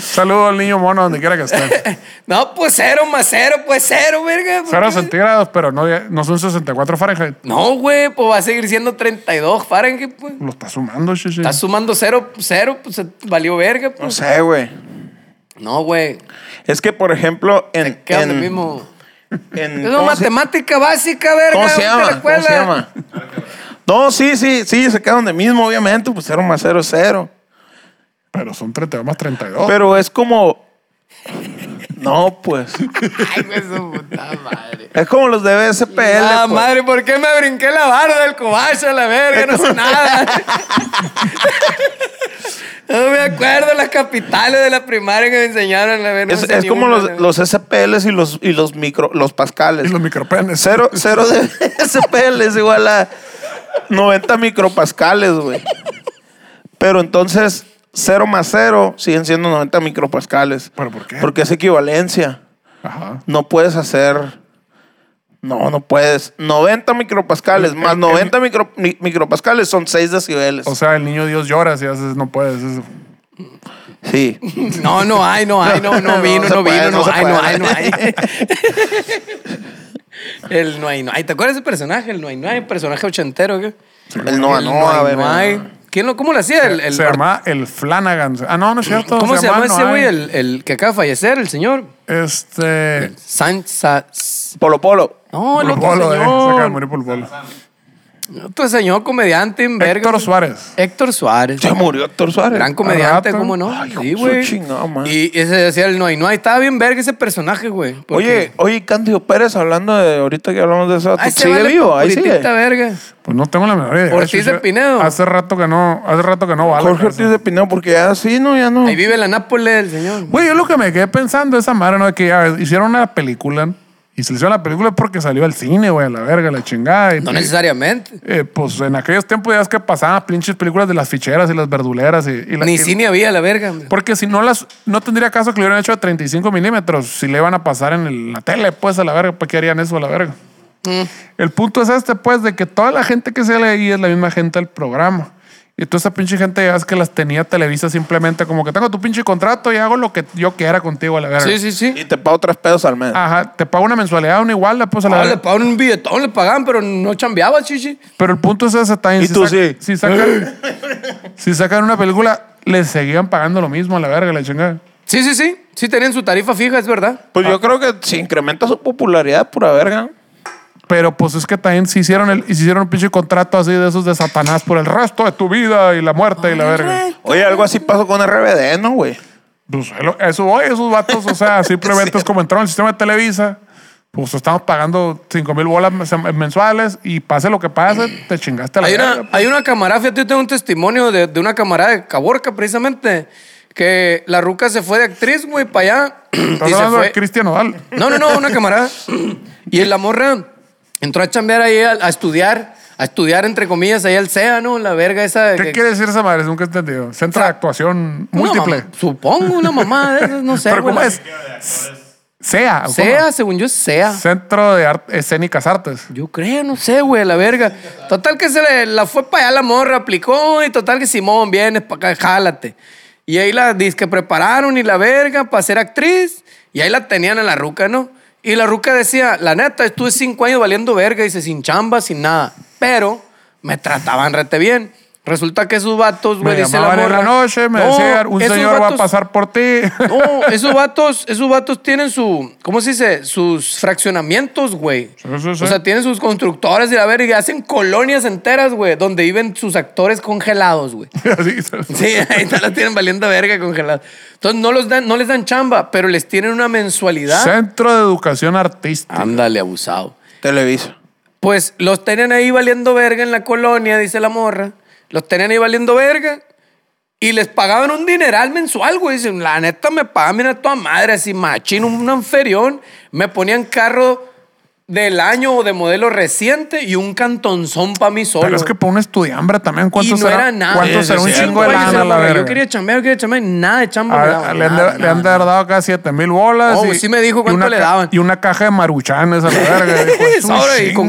S1: Saludo al niño mono donde quiera que esté.
S2: no, pues cero más cero, pues cero, verga. ¿por
S1: 0
S2: qué?
S1: centígrados, pero no, no son 64 Fahrenheit.
S2: No, güey, pues va a seguir siendo 32 Fahrenheit, pues.
S1: Lo está sumando, shishi.
S2: Estás sumando cero, cero, pues se- valió verga,
S3: No
S2: pues.
S3: sé, güey.
S2: No, güey,
S3: Es que, por ejemplo, en.
S2: queda donde
S3: en-
S2: mismo.
S3: en-
S2: Es una
S3: ¿cómo se-
S2: matemática básica, verga.
S3: ¿Cómo se
S2: vete a la
S3: llama? ¿Cómo
S2: escuela.
S3: se llama? No, sí, sí, sí, se quedan de mismo, obviamente, pues 0 más 0 es 0.
S1: Pero son 32 más 32.
S3: Pero es como. No, pues.
S2: Ay, güey, su puta madre.
S3: Es como los de BSPL.
S2: Ah,
S3: pues.
S2: madre, ¿por qué me brinqué la barda del cobacho a la verga? No sé nada. No me acuerdo las capitales de la primaria que me enseñaron la verga. no
S3: Es,
S2: sé
S3: es
S2: ni
S3: como
S2: una,
S3: los,
S2: la
S3: los SPLs y los, y los micro, los pascales.
S1: Y los micropenes.
S3: Cero, cero de SPL es igual a 90 micropascales, güey. Pero entonces, 0 más 0 siguen siendo 90 micropascales.
S1: ¿Pero por qué?
S3: Porque es equivalencia.
S1: Ajá.
S3: No puedes hacer. No, no puedes. 90 micropascales
S1: El-
S3: más
S1: el-
S3: 90 micro- mi- micropascales son 6 decibeles.
S1: O sea, el niño Dios llora si haces, no puedes. es-
S3: sí.
S2: verga. No, no hay, no hay, no, no
S3: No
S2: vino,
S3: se
S2: no,
S3: puede,
S2: vino,
S3: no
S2: no,
S3: se
S2: hay, no
S3: puede.
S2: hay, no hay. El no hay, no hay. ¿Te acuerdas de ese personaje? El no hay, no hay, personaje ochentero. ¿qué?
S3: El no,
S2: El
S3: no, a ver.
S2: no hay. ¿Quién lo, ¿Cómo lo hacía? El, el-
S1: se llama el Flanagan. Ah, no, no es cierto.
S2: ¿Cómo se llama ese
S1: Noah.
S2: güey? El, el que acaba de fallecer, el señor.
S1: Este.
S2: Sansa.
S3: Polo Polo.
S2: No, el otro
S1: Pulpolo, eh. Se acaba de
S2: señor.
S1: morir Pulpolo.
S2: Otro señor comediante en verga.
S1: Héctor Suárez.
S2: Héctor Suárez.
S3: Se murió Héctor Suárez.
S2: Gran comediante,
S1: rato.
S2: ¿cómo no?
S3: Ay, hijo
S2: sí,
S3: de su
S2: güey.
S3: chingada madre.
S2: Y ese decía el no hay, no hay. Estaba bien verga ese personaje, güey. porque-
S3: Oye, oye, Cándido Pérez, hablando de ahorita que hablamos de eso,
S2: a Ah, ese
S3: sigue
S2: vale
S3: vivo, ahí
S2: puritita
S3: sigue.
S2: verga.
S1: Pues no tengo la menor idea.
S2: Ortiz
S1: Yo-
S2: de Pinedo.
S1: Hace rato que no, hace rato que no va a la
S3: Jorge
S1: casa.
S3: Ortiz de Pinedo, porque ya sí, no, ya no.
S2: Ahí vive la Nápoles del señor.
S1: Güey, yo lo que me quedé pensando esa madre, ¿no? De que ya hicieron una película ¿no? y se le hicieron la película porque salió al cine, güey, a la verga, la chingada. y-
S2: No necesariamente.
S1: Eh, pues en aquellos tiempos ya es que pasaban pinches películas de las ficheras y las verduleras y, y la-
S2: Ni
S1: y-
S2: cine había la verga. hombre.
S1: Porque si no las, no tendría caso que lo hubieran hecho a 35 milímetros, si le iban a pasar en el- la tele, pues a la verga, ¿para qué harían eso a la verga?
S2: Mm.
S1: El punto es este, pues, de que toda la gente que sale ahí es la misma gente del programa. Y toda esa pinche gente ya es que las tenía Televisa simplemente como que tengo tu pinche contrato y hago lo que yo quiera contigo a la verga.
S2: Sí, sí, sí.
S3: Y te pago tres pedos al mes.
S1: Ajá, te pago una mensualidad, una igual, pues a la
S2: Ah, le
S1: verga.
S2: pagaban un billetón, le pagaban, pero no chambeaba, chichi.
S1: Pero el punto es ese también.
S3: Y tú sí.
S1: Si sacan, si sacan una película, le seguían pagando lo mismo a la verga, la chingada.
S2: Sí, sí, sí. Sí tenían su tarifa fija, es verdad.
S3: Pues yo creo que se incrementa su popularidad, pura verga.
S1: Pero pues es que también se hicieron, el, se hicieron un pinche contrato así de esos de Satanás por el resto de tu vida y la muerte y la verga.
S3: Oye, algo así pasó con RBD, ¿no, güey?
S1: Pues lo- eso voy, esos vatos, o sea, simplemente es como entraron al sistema de Televisa, pues estamos pagando 5 mil bolas mes- mensuales y pase lo que pase, te chingaste la
S2: Hay una,
S1: verga. pues.
S2: hay una camarada, fíjate, yo tengo un testimonio de, de una camarada de Caborca, precisamente, que la ruca se fue de actriz, güey, para allá. y
S1: Estás
S2: se
S1: hablando de
S2: fue.
S1: Cristian Odal.
S2: No, no, no, una camarada. y en la morra entró a chambear ahí a, a estudiar, a estudiar, entre comillas, ahí al CEA, ¿no? La verga esa.
S1: ¿Qué
S2: que-
S1: quiere decir esa madre? Nunca he entendido. Centro
S2: O sea,
S1: de actuación
S2: una
S1: múltiple.
S2: mamá- supongo, una mamá de esas, no sé.
S1: Pero
S2: güey,
S1: ¿cómo
S2: la-
S1: es? Sea. ¿o cómo?
S2: Sea, según yo, sea.
S1: Centro de Arte- Escénicas Artes.
S2: Yo creo, no sé, güey, la verga. Total que se le, la fue para allá la morra, aplicó y total que Simón, vienes para acá, jálate. Y ahí la disque prepararon y la verga para ser actriz y ahí la tenían en la ruca, ¿no? Y la ruca decía, la neta, estuve cinco años valiendo verga, dice, sin chamba, sin nada. Pero me trataban rete bien. Resulta que esos vatos,
S1: Me
S2: güey, dice la
S1: llamaban en
S2: morra.
S1: la noche, me
S2: "No,
S1: decían, un
S2: esos
S1: señor va a
S2: vatos-
S1: pasar por ti.
S2: no, esos vatos, esos vatos tienen su, ¿cómo se dice? Sus fraccionamientos, güey.
S1: Sí, sí, sí.
S2: O sea, tienen sus constructores y la verga y hacen colonias enteras, güey, donde viven sus actores congelados, güey.
S1: Así,
S2: Sí, ahí te la tienen valiendo verga congelados. Entonces no los dan, no les dan chamba, pero les tienen una mensualidad.
S1: Centro de Educación Artística.
S2: Ándale, abusado.
S3: Televisa.
S2: Pues los tenían ahí valiendo verga en la colonia, dice la morra. Los tenían ahí valiendo verga. Y les pagaban un dineral mensual, güey. Dicen, la neta me pagaban, mira, toda madre, así machín, un anferión. Me ponían carro del año o de modelo reciente y un cantonzón para mí solo.
S1: Pero es que para un estudiambre también,
S2: y
S1: ¿cuánto
S2: no
S1: será?
S2: era nada.
S1: ¿Cuánto
S3: Sí,
S1: será
S3: sí,
S1: un
S3: sí.
S1: chingo de
S3: Oye,
S1: lana,
S2: Yo
S1: la verga?
S2: quería chambear, yo quería chambear, y nada de chamba. me
S1: A-
S2: daban,
S1: le, han de,
S2: nada,
S1: le han de
S2: nada,
S1: haber dado acá 7 mil bolas.
S2: No,
S1: y-
S2: güey, sí me dijo
S1: y
S2: cuánto
S1: una
S2: le
S1: ca-
S2: daban.
S1: Y una caja de maruchanes a la verga. dijo, "Es un
S2: Sobre, y con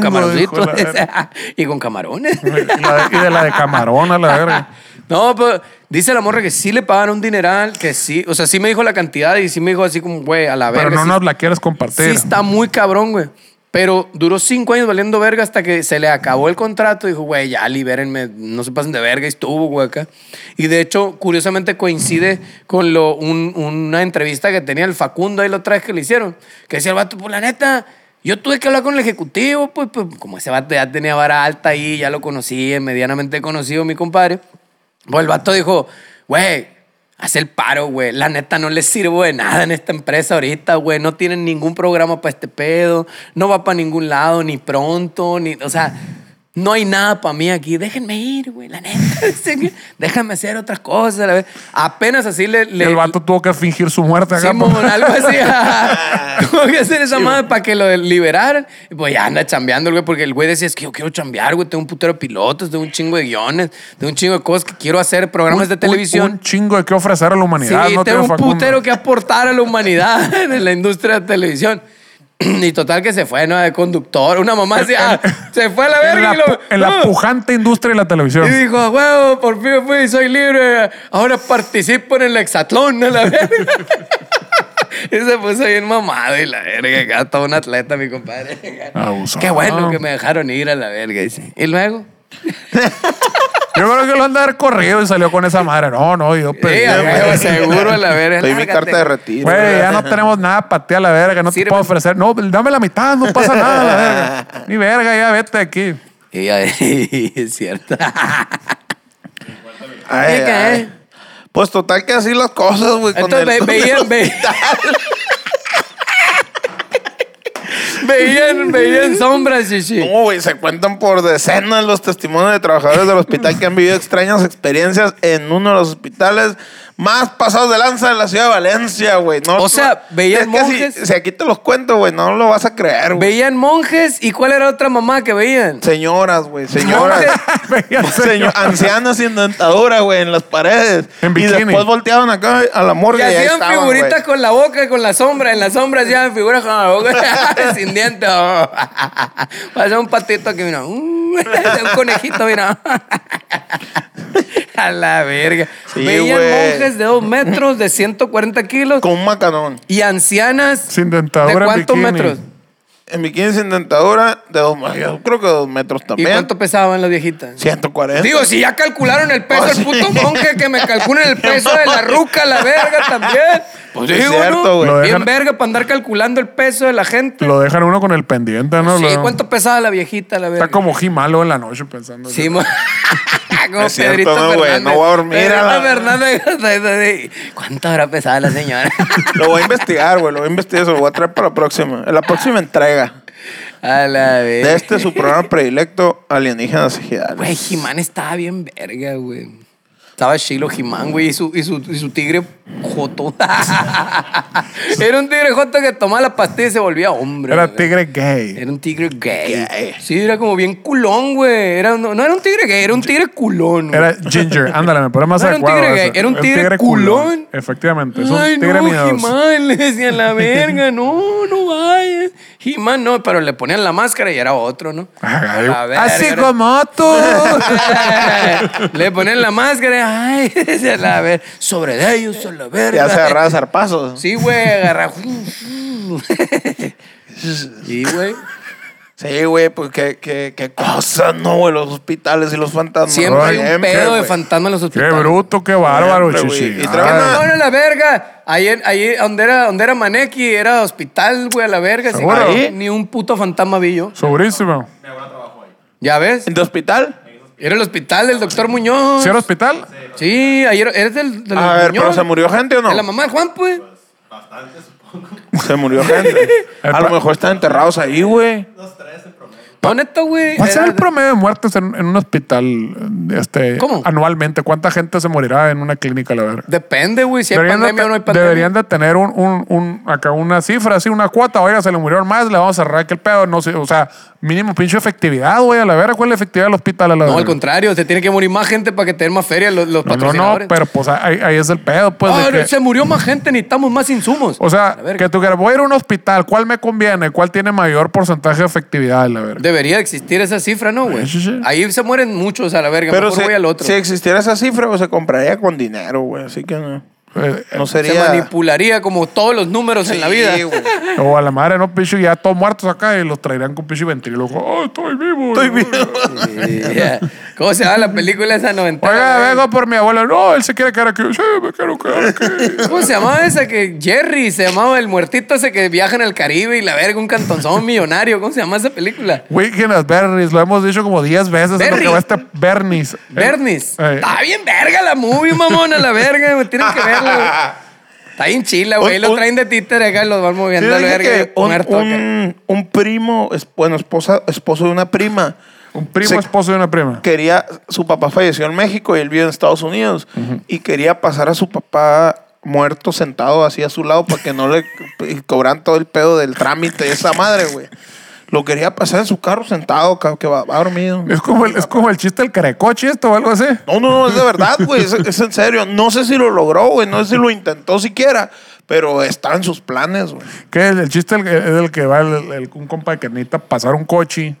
S1: chingo", dijo
S2: camaroncitos.
S1: la verga.
S2: y con camarones.
S1: Y la de- y de la de camarón a la verga.
S2: No, pero dice la morra que sí le pagan un dineral, que sí, o sea, sí me dijo la cantidad y sí me dijo así como, güey, a la verga.
S1: Pero no
S2: sí,
S1: nos la quieres
S2: sí
S1: compartir.
S2: está muy cabrón, güey. Pero duró cinco años valiendo verga hasta que se le acabó el contrato. Dijo, güey, ya libérenme, no se pasen de verga. Y estuvo, güey, acá. Y de hecho, curiosamente coincide con lo, un- una entrevista que tenía el Facundo ahí la otra vez que le hicieron. Que decía el vato, pues la neta, yo tuve que hablar con el ejecutivo, pues, pues como ese vato ya tenía vara alta ahí, ya lo conocía, medianamente conocido mi compadre. Pues el vato dijo, güey, haz el paro, güey. La neta no les sirvo de nada en esta empresa ahorita, güey. No tienen ningún programa para este pedo. No va para ningún lado, ni pronto, ni... O sea, no hay nada para mí aquí. Déjenme ir, güey, la neta. Déjame hacer otras cosas. la ve- Apenas así le...
S1: Y
S2: le
S1: el vato tuvo que fingir su muerte acá.
S2: Simón,
S1: pues.
S2: algo así. Tuvo que hacer esa madre para que lo liberaran. Y Pues ya anda chambeando el güey, porque el güey decía, es que yo quiero chambear, güey. Tengo un putero de pilotos, tengo un chingo de guiones, tengo un chingo de cosas que quiero hacer, programas
S1: Un-
S2: de
S1: un-
S2: televisión.
S1: Un chingo de que ofrecer a la humanidad.
S2: Sí,
S1: no
S2: tengo
S1: Tío
S2: un
S1: Facundo?
S2: putero que aportar a la humanidad en la industria de televisión. Y total que se fue, ¿no? De conductor. Una mamá decía, ah, se fue a la
S1: En
S2: verga.
S1: la,
S2: y lo-
S1: pu- en la
S2: ¡Ah!
S1: pujante industria de la
S2: Y
S1: televisión.
S2: dijo, "A huevo, por fin fui, soy libre. Ahora participo en el hexatlón, ¿no? La verga. y se puso bien mamado y la verga. Acá todo un atleta, mi compadre.
S1: Abusado.
S2: Qué bueno que me dejaron ir a la verga, dice. Y luego...
S1: Yo creo que lo han de haber corrido y salió con esa madre. No, no, yo pedí.
S2: Sí, a huevo, seguro a la verga.
S3: Estoy mi
S2: lárgate.
S3: carta de retiro.
S1: Güey, ya no tenemos nada para ti a la verga. No te
S2: Sírveme.
S1: puedo ofrecer. No, dame la mitad, no pasa nada, la verga. Ni verga, ya vete de aquí.
S2: Y ahí, es cierto.
S3: Ay,
S2: ¿Y qué?
S3: ay. Pues total que así las cosas, güey. con
S2: Entonces
S3: el-
S2: ve- veían, ve- veían, veían sombras, chichi.
S3: No, güey, se cuentan por decenas los testimonios de trabajadores del hospital que han vivido extrañas experiencias en uno de los hospitales más pasados de lanza de la ciudad de Valencia, güey. No,
S2: O sea,
S3: no-
S2: veían
S3: es que Si,
S2: monjes.
S3: si aquí te los cuento, güey, no lo vas a creer, güey.
S2: Veían monjes y cuál era otra mamá que veían.
S3: Señoras, güey, señoras.
S1: Veía al
S3: Señor,
S1: señor.
S3: ancianos sin dentadura, güey, en las paredes.
S1: En
S3: y
S1: bikini.
S3: después volteaban acá a la
S2: Y
S3: morgue. Y, ahí
S2: hacían
S3: estaban,
S2: figuritas
S3: güey.
S2: con la boca, con la sombra. En las sombras hacían figuras con la boca sin dientes. Pasaba un patito aquí, mira. Uh, un conejito, mira. A la verga.
S3: Sí,
S2: veían
S3: güey.
S2: monjes de dos metros, de 140 kilos.
S3: Con un macanón.
S2: Y ancianas.
S1: Sin dentadura
S2: ¿De
S1: en
S2: cuántos
S1: bikini.
S2: metros?
S3: En bikini sin dentadura, de dos, yo creo que dos metros
S2: ¿Y
S3: también.
S2: cuánto pesaban las viejitas?
S3: 140.
S2: Digo, si ya calcularon el peso
S3: Oh,
S2: el
S3: ¿eh? sí.
S2: puto monje, que me calculen el peso de la ruca, la verga también. Pues
S3: Es
S2: digo,
S3: cierto,
S2: ¿no?
S3: güey.
S1: Lo
S2: Bien
S1: dejan-
S2: verga para andar calculando el peso de la gente.
S1: Lo dejan uno con el pendiente, ¿no?
S2: sí,
S1: Lo-
S2: ¿cuánto pesaba la viejita, la verga?
S1: Está como Jimalo en la noche pensando.
S2: Sí, mo- como
S3: Es cierto,
S2: Pedrito
S3: no, güey,
S2: Fernández.
S3: no voy a dormir a la-
S2: Pedrito Fernández. ¿Cuánto habrá pesado la señora?
S3: Lo voy a investigar, güey. Lo voy a investigar. Se lo voy a traer para la próxima. En la próxima entrega
S2: a la verga.
S3: de este su programa predilecto, Alienígenas Ejidales.
S2: Güey, Jimán estaba bien verga, güey. Estaba Shiloh Jimán, güey, y su, y su, y su tigre joto. Era un tigre joto que tomaba la pastilla y se volvía hombre.
S1: Era
S2: güey.
S1: tigre gay.
S2: Era un tigre gay.
S3: Gay.
S2: Sí, era como bien culón, güey. Era, no, no era un tigre gay, era un tigre culón. güey.
S1: Era ginger. Ándale, me parece más
S2: No era un
S1: adecuado.
S2: tigre gay,
S1: ese.
S2: era un tigre culón.
S1: Efectivamente. Es un
S2: Ay,
S1: tigre
S2: no,
S1: miedoso.
S2: Jimán, le decían la verga, no, no vayas. Jimán no, pero le ponían la máscara y era otro, ¿no?
S1: Ay,
S2: A la verga,
S1: Así
S2: era-
S1: como tú.
S2: le ponían la máscara, ay, se la ver, sobre de ellos, se la verga.
S3: Ya se agarraba zarpazos.
S2: Sí, güey, agarra. sí, güey.
S3: Sí, güey, pues qué, qué, qué cosas, ¿no, güey? Los hospitales y los fantasmas.
S2: Siempre hay un
S3: Siempre,
S2: pedo de
S3: güey.
S2: fantasma en los
S1: Qué
S2: hospitales.
S1: bruto, qué bárbaro,
S3: Siempre, güey.
S1: chichi.
S3: Y
S1: Ay,
S3: traen una-
S2: No, no, la verga. Ayer, ayer, donde era, donde era Maneki, era hospital, güey, a la verga. así que
S1: ¿Seguro?
S2: ahí ni un puto fantasma vi yo.
S1: Segurísimo.
S2: ¿Ya ves?
S3: ¿El de hospital?
S2: Era el hospital del doctor Muñoz.
S1: ¿Sí era hospital?
S2: Sí, ayer eres del, del
S3: A ver,
S2: Muñoz.
S3: pero ¿se murió gente o no?
S2: De la mamá del Juan, pues.
S3: Se murió gente. A lo mejor están enterrados ahí, güey.
S2: No, neta, güey.
S1: ¿Cuál será
S2: Era-
S1: el promedio de muertes en, en un hospital este,
S2: ¿Cómo?
S1: anualmente? ¿Cuánta gente se morirá en una clínica, la verdad?
S2: Depende, güey, si hay pandemia o no hay pandemia.
S1: deberían de tener un, un- un- acá una cifra, así, una cuota. Oiga, se le murieron más, le vamos a cerrar aquel pedo. No sé, o sea, mínimo pinche efectividad, güey. A la verga, ¿cuál es la efectividad del hospital? A la
S2: No, al
S1: verga?
S2: contrario, se tiene que morir más gente para que tener más feria los, los
S1: No, no, no,
S2: patrocinadores.
S1: pero pues ahí, ahí es el pedo, pues. de
S2: Ah,
S1: que-
S2: se murió más gente, necesitamos más insumos.
S1: o sea,
S2: La verga.
S1: que tú quieras, voy a ir a un hospital, ¿cuál me conviene? ¿Cuál tiene mayor porcentaje de efectividad, la verga?
S2: Debería existir esa cifra, ¿no, güey?
S1: Sí, sí.
S2: Ahí se mueren muchos a la verga.
S3: Pero
S2: Mejor
S3: si,
S2: voy al otro.
S3: si existiera esa cifra, pues, se compraría con dinero, güey. Así que no.
S1: Eh, eh,
S3: No
S2: se
S3: sería.
S2: manipularía como todos los números en la vida.
S3: Sí, güey.
S1: o a la madre, no, pinche, ya todos muertos acá y los traerán con pinche ventríloco. ¡Oh, estoy vivo!
S3: Estoy bien.
S2: Sí, ya. ¿Cómo se llama la película esa noventera?
S1: Oiga,
S2: güey?
S1: vengo por mi abuelo. No, él se quiere quedar aquí. Sí, me quiero quedar aquí.
S2: ¿Cómo se llamaba esa que Jerry se llamaba el muertito ese que viaja en el Caribe y la verga un cantonzón millonario? ¿Cómo se llama esa película?
S1: Weekend at Bernie's, lo hemos dicho como 10 veces en lo que
S2: Bernie's.
S1: va este Bernie's. Eh,
S2: Bernis.
S1: eh,
S2: Está bien verga la movie, mamona, la verga, güey. Tienen que verla, güey. Está bien chila, güey.
S3: Un-
S2: Lo
S3: un-
S2: traen de títere acá y los van moviendo a la
S3: Fíjate
S2: verga.
S3: que
S2: Un,
S3: un,
S2: muerto acá.
S3: un- un primo, es- bueno, esposa, esposo de una prima,
S1: un primo,
S3: Se-
S1: esposo de una prima.
S3: quería, su papá falleció en México y él vive en Estados Unidos y quería pasar a su papá muerto sentado así a su lado para que no le y cobran todo el pedo del trámite de esa madre, güey. Lo quería pasar en su carro sentado, ca- que va, va dormido.
S1: Es como, el, es como el chiste del carecoche esto o algo así.
S3: No, no, no, es de verdad, güey, es, es en serio. No sé si lo logró, güey, no sé si lo intentó siquiera, pero está en sus planes, güey.
S1: Que el, el chiste del- es el que va el- el- un compa que necesita pasar un coche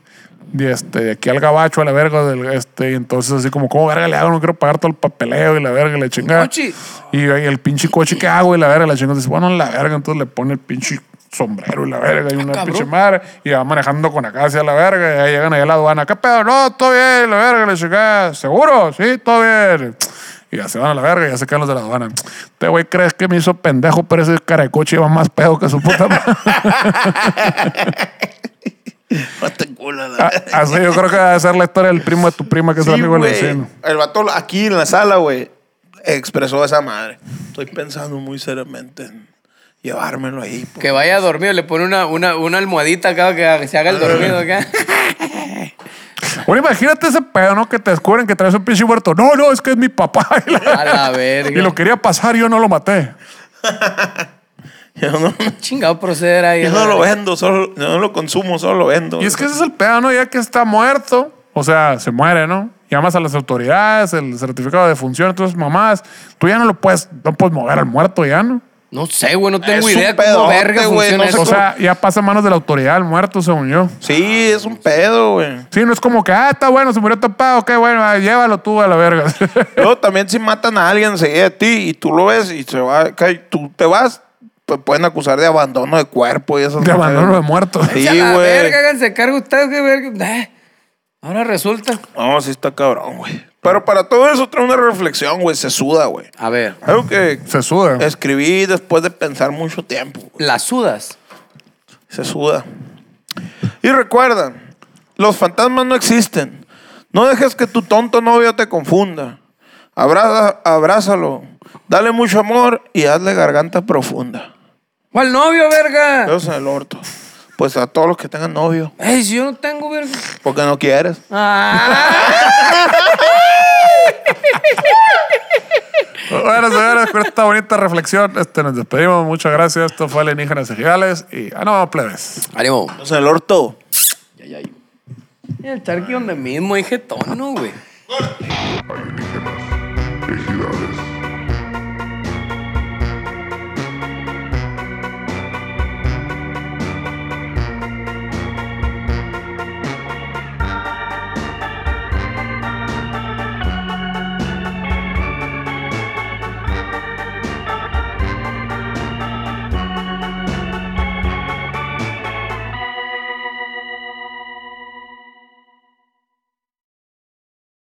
S1: de, este, de aquí al gabacho a la verga. Del, este, y entonces así como, ¿cómo verga le hago? No quiero pagar todo el papeleo y la verga y la chingada.
S2: coche.
S1: Y, y el pinche coche que hago y la verga, la chingada dice, bueno, la verga, entonces le pone el pinche sombrero y la verga y una
S2: cabrón.
S1: pinche madre y va manejando con acá hacia la verga y ahí llegan allá a la aduana, ¿qué pedo? No, todo bien, la verga, la chingada, ¿seguro? Sí, todo bien. Y ya se van a la verga y ya se quedan los de la aduana. Este güey crees que me hizo pendejo, pero ese cara de coche iba más pedo que su puta madre.
S3: No te culo, la
S1: Ah,
S3: verdad.
S1: Así yo creo que debe ser la historia del primo de tu prima que es el
S3: Sí,
S1: amigo del
S3: güey.
S1: vecino.
S3: El vato aquí en la sala, güey, expresó esa madre. Estoy pensando muy seriamente en llevármelo ahí. po.
S2: Que vaya dormido, le pone una, una, una almohadita acá que se haga el dormido acá.
S1: Bueno, imagínate ese pedo, ¿no? Que te descubren que traes un pinche huerto. No, no, es que es mi papá. Y la-
S2: A la verga.
S1: Y lo quería pasar, yo no lo maté.
S3: Yo no,
S2: Chingado proceder ahí.
S3: yo
S2: a la
S3: no lo
S2: verga.
S3: vendo, solo, yo no lo consumo, solo lo vendo.
S1: Y es que ese es el pedo, ¿no? Ya que está muerto, o sea, se muere, ¿no? Llamas a las autoridades, el certificado de función, entonces mamás, tú ya no lo puedes, no puedes mover al muerto ya, ¿no?
S2: No sé, güey, no tengo
S3: Es
S2: idea
S3: un
S2: cómo
S3: pedote,
S2: verga
S3: güey,
S2: funciona
S3: no sé
S2: eso.
S1: O sea, ya pasa a manos de la autoridad el muerto, según yo.
S3: Sí, es un pedo, güey.
S1: Sí, no es como que, ah, está bueno, se murió tapado, qué bueno, ah, llévalo tú a la verga.
S3: Luego también si matan a alguien enseguida de ti y tú lo ves y se va, que tú te vas, pues pueden acusar de abandono de cuerpo y esas
S1: Te
S3: madres.
S1: abandono de muerto.
S3: Sí,
S2: A la
S3: güey.
S2: verga, háganse cargo ustedes, qué verga. Eh, Ahora resulta.
S3: No, sí está cabrón, güey. Pero para todo eso trae una reflexión, güey. Se suda, güey.
S2: A ver,
S3: Algo que
S1: Se suda.
S3: escribí después de pensar mucho tiempo. güey.
S2: las sudas.
S3: Se suda. Y recuerda, los fantasmas no existen. No dejes que tu tonto novio te confunda. Abraza- abrázalo. Dale mucho amor y hazle garganta profunda.
S2: ¿Cuál novio, verga?
S3: Dios en el orto. Pues a todos los que tengan novio.
S2: Ey, si yo no tengo, verga.
S3: Porque no quieres.
S2: Ah.
S1: Bueno, señores, con esta bonita reflexión, este, nos despedimos. Muchas gracias. Esto fue Alienígenas Ejigales y ah, no, plebes.
S2: Ánimo.
S3: O sea, el orto.
S2: El charqui donde mismo, dije tono, güey.